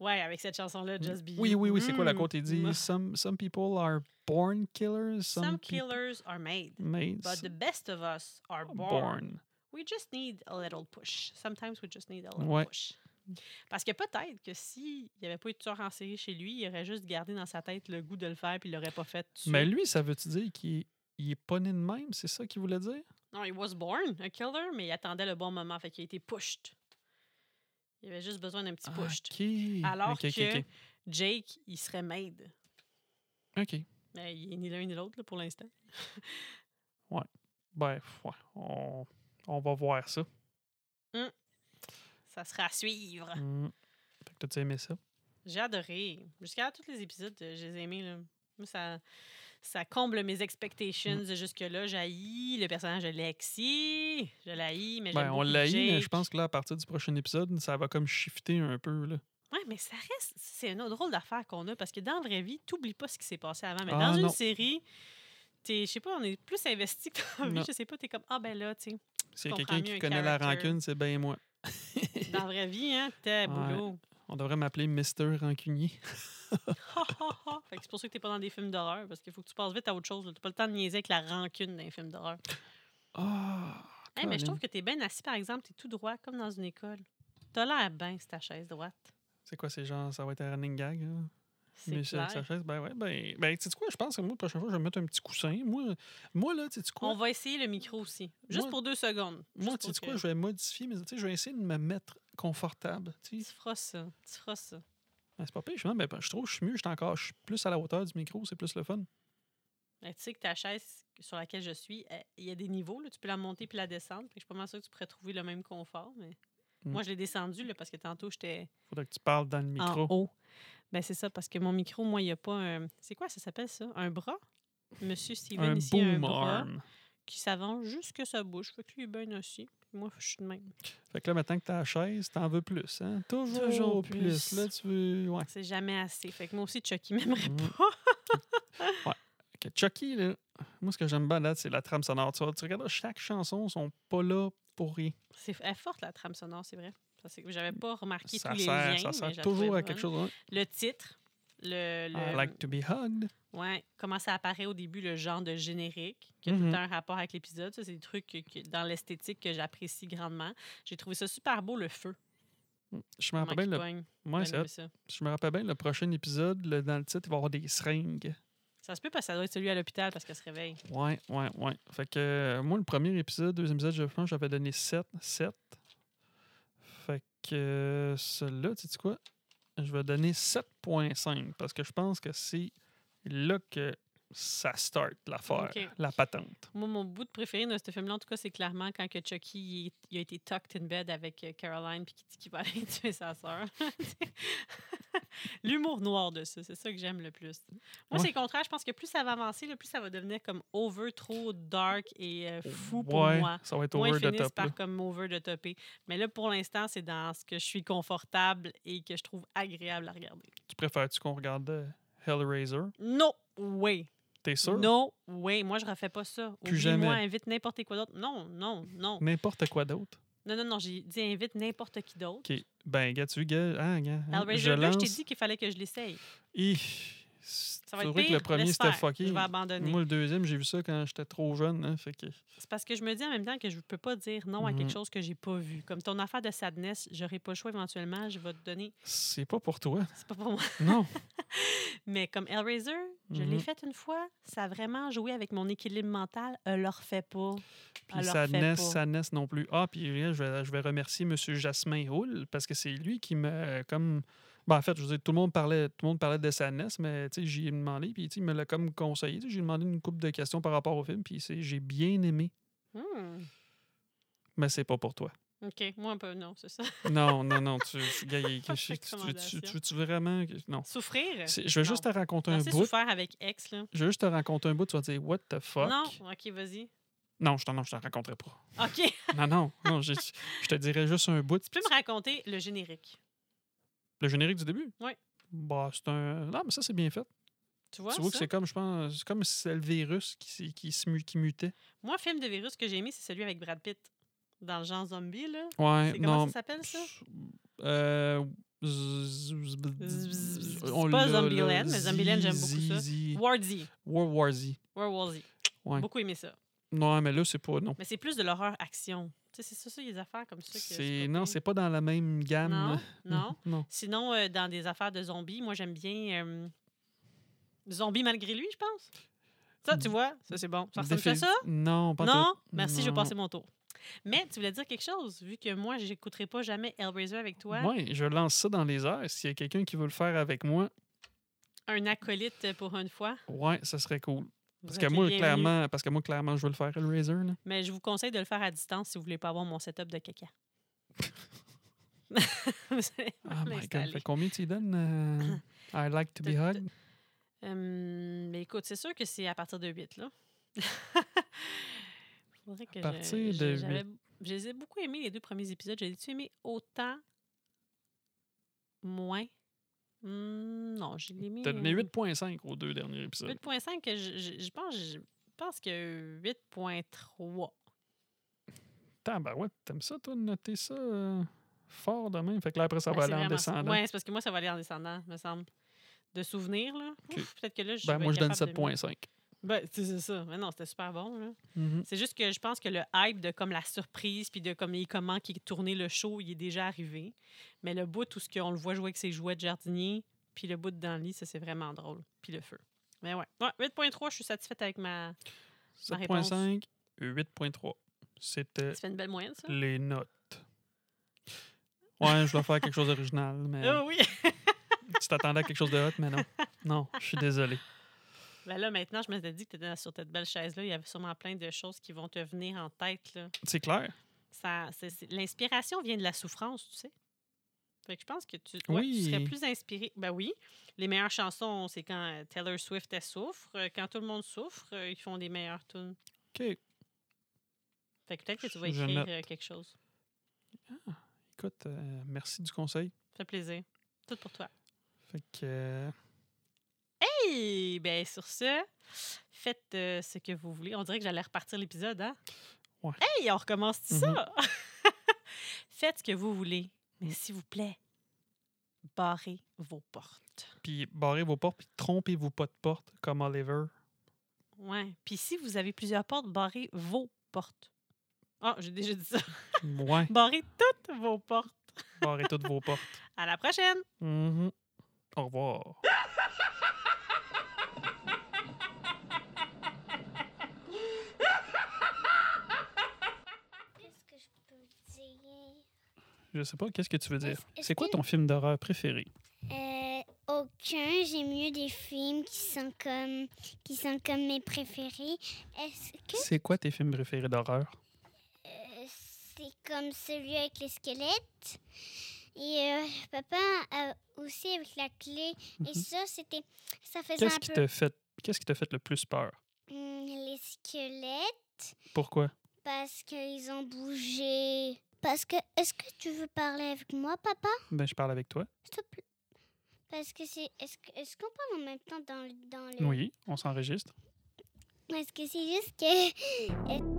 Ouais, avec cette chanson-là, Just Be You. Oui, oui, oui, c'est quoi la Mm. quote? Il dit Mm. some, some people are born killers, some, Some people killers are made, made but the best of us are born. born. We just need a little push. Sometimes we just need a little Ouais. push. Parce que peut-être que s'il n'y avait pas eu de tueur en série chez lui, il aurait juste gardé dans sa tête le goût de le faire puis il l'aurait pas fait. tout de suite. Mais lui, ça veut-tu dire qu'il est- il est pas né de même? C'est ça qu'il voulait dire? Non, il was born a killer, mais il attendait le bon moment. Fait qu'il a été pushed. Il avait juste besoin d'un petit Ah, push. ok. Alors Ok, ok, que ok. Jake, il serait made. Ok. Mais il est ni l'un ni l'autre là, pour l'instant. Ben, ouais, on, on va voir ça. Ça sera à suivre. Mm. Fait que t'as-tu aimé ça? J'ai adoré. Jusqu'à tous les épisodes, euh, je les ai aimés. Là. Moi, ça, ça comble mes expectations de jusque-là. J'haïs le personnage de Lexi. Je l'haïs, mais Ben, j'aime on beaucoup l'a eu, mais je Jake. pense que là, à partir du prochain épisode, ça va comme shifter un peu. Là. Ouais, mais ça reste. C'est une drôle d'affaire qu'on a parce que dans la vraie vie, t'oublies pas ce qui s'est passé avant. Mais Ah, dans une non. série, t'es, je sais pas, on est plus investi que dans la vie, Non. Je sais pas, t'es comme, ah ben là, tu sais. S'il y a comprends quelqu'un mieux qui un connaît la character. rancune, c'est bien moi. Dans la vraie vie, hein, t'es Ouais. boulot. On devrait m'appeler Mister Rancunier. Ha, ha, ha. Fait que c'est pour ça que t'es pas dans des films d'horreur parce qu'il faut que tu passes vite à autre chose. là. T'as pas le temps de niaiser avec la rancune d'un film d'horreur. Ah! Hey, Eh, mais je Colin. trouve que t'es bien assis, par exemple, t'es tout droit, comme dans une école. T'as l'air bien, c'est ta chaise droite. C'est quoi, ces gens? Ça va être un running gag? Là? C'est ça- clair. ça chaise? Ben ouais, ben, ben tu sais quoi, je pense que moi, la prochaine fois, je vais mettre un petit coussin. Moi, moi là, tu sais quoi? On va essayer le micro aussi, juste Moi- pour deux secondes. Moi, Juste tu sais pour quoi, que- je vais modifier, mais tu sais, je vais essayer de me mettre confortable. tu Tu sais. feras ça, tu feras ça. Ben, c'est pas pire, je, ben, ben, je trouve que je suis mieux, je suis encore je suis plus à la hauteur du micro, c'est plus le fun. Mais tu sais que ta chaise sur laquelle je suis, euh, il y a des niveaux, là, tu peux la monter puis la descendre. Fait que Je suis pas mal sûre que tu pourrais trouver le même confort, mais... Mm. Moi, je l'ai descendu là, parce que tantôt, j'étais Faudrait que tu parles dans le micro. en haut. Ben, c'est ça, parce que mon micro, moi, il n'y a pas un... C'est quoi, ça s'appelle ça? Un bras? Monsieur Steven, un ici, a un boom bras. arm. qui s'avance jusque sa bouche. Fait que lui, il est bien assis. Puis moi, je suis de même. Fait que là, maintenant que t'as la chaise, t'en veux plus, hein? Toujours, Toujours plus. plus. Là, tu veux. Ouais. C'est jamais assez. Fait que moi aussi, Chucky m'aimerait Mm. pas. Que Chucky, là, moi, ce que j'aime bien là, c'est la trame sonore. Tu, vois, tu regardes, là, chaque chanson, sont pas là pour rien. C'est elle est forte, la trame sonore, c'est vrai. Ça, c'est- J'avais pas remarqué Ça tous les sert, liens, ça mais sert je la toujours trouvais à quelque bonne. chose. hein. Le titre, le... le- I like to be hugged. Ouais, comment ça apparaît au début, le genre de générique, qui a Mhm. tout un rapport avec l'épisode. Ça, c'est des trucs que- que- dans l'esthétique que j'apprécie grandement. J'ai trouvé ça super beau, le feu. Je me Comment rappelle il bien, le... pogne. ouais, Bien c'est aimé hot. ça. Je me rappelle bien, le prochain épisode, là, dans le titre, il va y avoir des seringues. Ça se peut parce que ça doit être celui à l'hôpital parce qu'elle se réveille. Ouais, ouais, ouais. Fait que euh, moi, le premier épisode, deuxième épisode, je pense que j'avais donné 7. 7. Fait que euh, celui-là, tu sais quoi? Je vais donner 7.5 parce que je pense que c'est là que ça start l'affaire, Ok. la patente. Moi, mon bout de préféré de ce film-là, en tout cas, c'est clairement quand que Chucky il, est- il a été tucked in bed avec euh, Caroline puis qui dit qu'il va aller tuer sa sœur. L'humour noir de ça, c'est ça que j'aime le plus. Moi, Ouais. c'est le contraire. Je pense que plus ça va avancer, le plus ça va devenir comme over, trop dark et euh, fou pour ouais, moi. ça va être Moi, ils over the finissent top. par là. comme over de topper. Mais là, pour l'instant, c'est dans ce que je suis confortable et que je trouve agréable à regarder. Tu préfères-tu qu'on regarde euh, Hellraiser? No way! T'es sûr? No way! Moi, je refais pas ça. Plus Oublie-moi, jamais. invite n'importe quoi d'autre. Non, non, non. N'importe quoi d'autre. Non, non, non, j'ai dit invite n'importe qui d'autre. OK. Ben, gars, tu gars, ah, gars, hein, Hellraiser 2, je je t'ai lance. dit qu'il fallait que je l'essaye. Ih, Ça va c'est être vrai pire. que le premier, laisse c'était faire. Je fucké. vais abandonner. Moi, le deuxième, j'ai vu ça quand j'étais trop jeune. hein, fait que... C'est parce que je me dis en même temps que je peux pas dire non à Mhm. quelque chose que j'ai pas vu. Comme ton affaire de sadness, j'aurai pas le choix éventuellement, je vais te donner. C'est pas pour toi. C'est pas pour moi. Non. Mais comme Hellraiser, Je l'ai Mhm. fait une fois, ça a vraiment joué avec mon équilibre mental. Elle le refait pas. Puis leur ça fait pas. naît, ça naît non plus. Ah, puis rien, je vais, je vais remercier M. Jasmin Houle parce que c'est lui qui me. euh, comme ben, En fait, je veux dire, tout le monde parlait, tout le monde parlait de sa naissance, mais tu sais, j'y ai demandé, puis tu sais, il me l'a comme conseillé. tu sais, J'ai demandé une couple de questions par rapport au film, puis c'est- j'ai bien aimé, Hmm. mais c'est pas pour toi. OK, moi un peu, non, c'est ça. Non, non, non. Tu, tu- gars, il- Pas de tu- tu- tu- tu- tu recommandation. veux-tu vraiment. que- Non. Souffrir? C'est- Je vais juste te Non. raconter Non, un c'est bout. souffert avec ex, là. Je veux juste te raconter un bout, tu vas dire What the fuck? Non, OK, vas-y. Non, je t'en non, je t'en raconterai pas. OK, tu Non, non, non, j'ai- je te dirai juste un bout. peux me raconter le générique. Le générique du début? Oui. Bah, c'est un. Non, mais ça, c'est bien fait. Tu vois, tu vois que ça? c'est comme, je pense, c'est comme si c'était le virus qui, s'est- qui, se mu- qui mutait. Moi, film de virus que j'ai aimé, c'est celui avec Brad Pitt. Dans le genre zombie, là. Ouais, C'est comment non. ça s'appelle, ça? Euh, Euh, z- z- z- on c'est pas l'a, là, Zombieland, mais Z- Zombieland, j'aime beaucoup ça. Z- War Z. World War Z. World War Z. Ouais. Beaucoup aimé ça. Non, mais là, c'est pas. Non. Mais c'est plus de l'horreur action. Tu sais, c'est ça, ça, les affaires comme ça. que C'est, pas non, bien. c'est pas dans la même gamme. Non, Non, non. non. Sinon, euh, dans des affaires de zombies, moi, j'aime bien euh, Zombie malgré lui, je pense. Ça, tu vois, ça, c'est bon. Ça ressemble Défi- à ça? Non, pas en Non? Merci, je vais Non. passer mon tour. Mais tu voulais dire quelque chose, vu que moi, j'écouterai pas jamais Hellraiser avec toi. Oui, je lance ça dans les airs. S'il y a quelqu'un qui veut le faire avec moi, Un acolyte pour une fois. ouais, ça serait cool. Vous Parce êtes que, les moi, bienvenus. clairement, parce que moi, clairement, je veux le faire, Hellraiser. Là. Mais je vous conseille de le faire à distance si vous voulez pas avoir mon setup de caca. Vous allez Ah, my God. l'installer. Fait combien tu y donnes euh, I like to be T'as- hugged? Hum, mais écoute, c'est sûr que c'est à partir de 8, là. Faudrait que je- partir je- de j'avais- Je les ai beaucoup aimés, les deux premiers épisodes. J'ai-tu aimé autant? Moins? Hum, non, je l'ai mis... T'as donné euh, 8,5 aux deux derniers épisodes. 8.5, que je, je- je pense, je pense que 8.3. Attends, ben ouais, t'aimes ça, toi, de noter ça euh, fort demain? Fait que là, après, ça va aller Ah, en descendant. Oui, Ben, c'est parce que moi, ça va aller en descendant, me semble. De souvenirs, là. Ok. Ouf, Peut-être que là, je ben, vais moi, être je donne capable de mieux. 7,5. Ben, c'est c'est ça. Mais non, c'était super bon, là. Mhm. C'est juste que je pense que le hype de comme la surprise puis de comme les comment qui tournait le show, il est déjà arrivé. Mais le bout tout ce qu'on le voit jouer avec ses jouets de jardinier, puis le bout de dans le lit, ça c'est vraiment drôle, puis le feu. Mais ouais. Ouais, 8.3, je suis satisfaite avec Euh. ma 7,5, 8,3. C'était Tu fais une belle moyenne ça les notes. Ouais, je dois faire quelque chose d'original, mais Ah oui. tu t'attendais à quelque chose de hot, mais non. Non, je suis désolé. Ben là maintenant, je me suis dit que tu étais sur cette belle chaise là, il y avait sûrement plein de choses qui vont te venir en tête là. C'est clair? Ça c'est- c'est- l'inspiration vient de la souffrance, tu sais. Fait que je pense que tu, ouais, tu serais Oui. plus inspiré. Ben oui, les meilleures chansons, c'est quand euh, Taylor Swift elle souffre. Euh, Quand tout le monde souffre, euh, ils font des meilleures tunes. OK. Fait que peut-être que tu vas Je écrire note. euh, quelque chose. Écoute, euh, merci du conseil. Ça fait plaisir. Tout pour toi. Fait que. euh, Et ben sur ce, faites euh, ce que vous voulez. On dirait que j'allais repartir l'épisode, hein? Ouais. Mm-hmm. Hey, on recommence tout ça! faites ce que vous voulez, mais Mm. s'il vous plaît, barrez vos portes. puis barrez vos portes, puis trompez-vous pas de porte comme Oliver. Ouais. Puis si vous avez plusieurs portes, barrez vos portes. Ah, j'ai déjà dit ça. Ouais, Barrez toutes vos portes. barrez toutes vos portes. À la prochaine! Mhm. Au revoir. Qu'est-ce que je peux dire? Je sais pas, qu'est-ce que tu veux dire? Est-ce- est-ce C'est quoi que- ton film d'horreur préféré? Euh, aucun. J'aime mieux des films qui sont comme, qui sont comme mes préférés. Est-ce que C'est quoi tes films préférés d'horreur? euh, c'est comme celui avec les squelettes Et euh, papa euh, aussi avec la clé. Et Mhm. ça, c'était, ça faisait Qu'est-ce un qui peu t'a fait qu'est-ce qui t'a fait le plus peur? Hum, les squelettes Pourquoi? parce qu'ils ont bougé. Parce que, est-ce que tu veux parler avec moi, papa Ben je parle avec toi. S'il te plaît. Parce que c'est, est-ce, que- est-ce qu'on parle en même temps dans, le- dans le Oui, on s'enregistre. Parce que c'est juste que.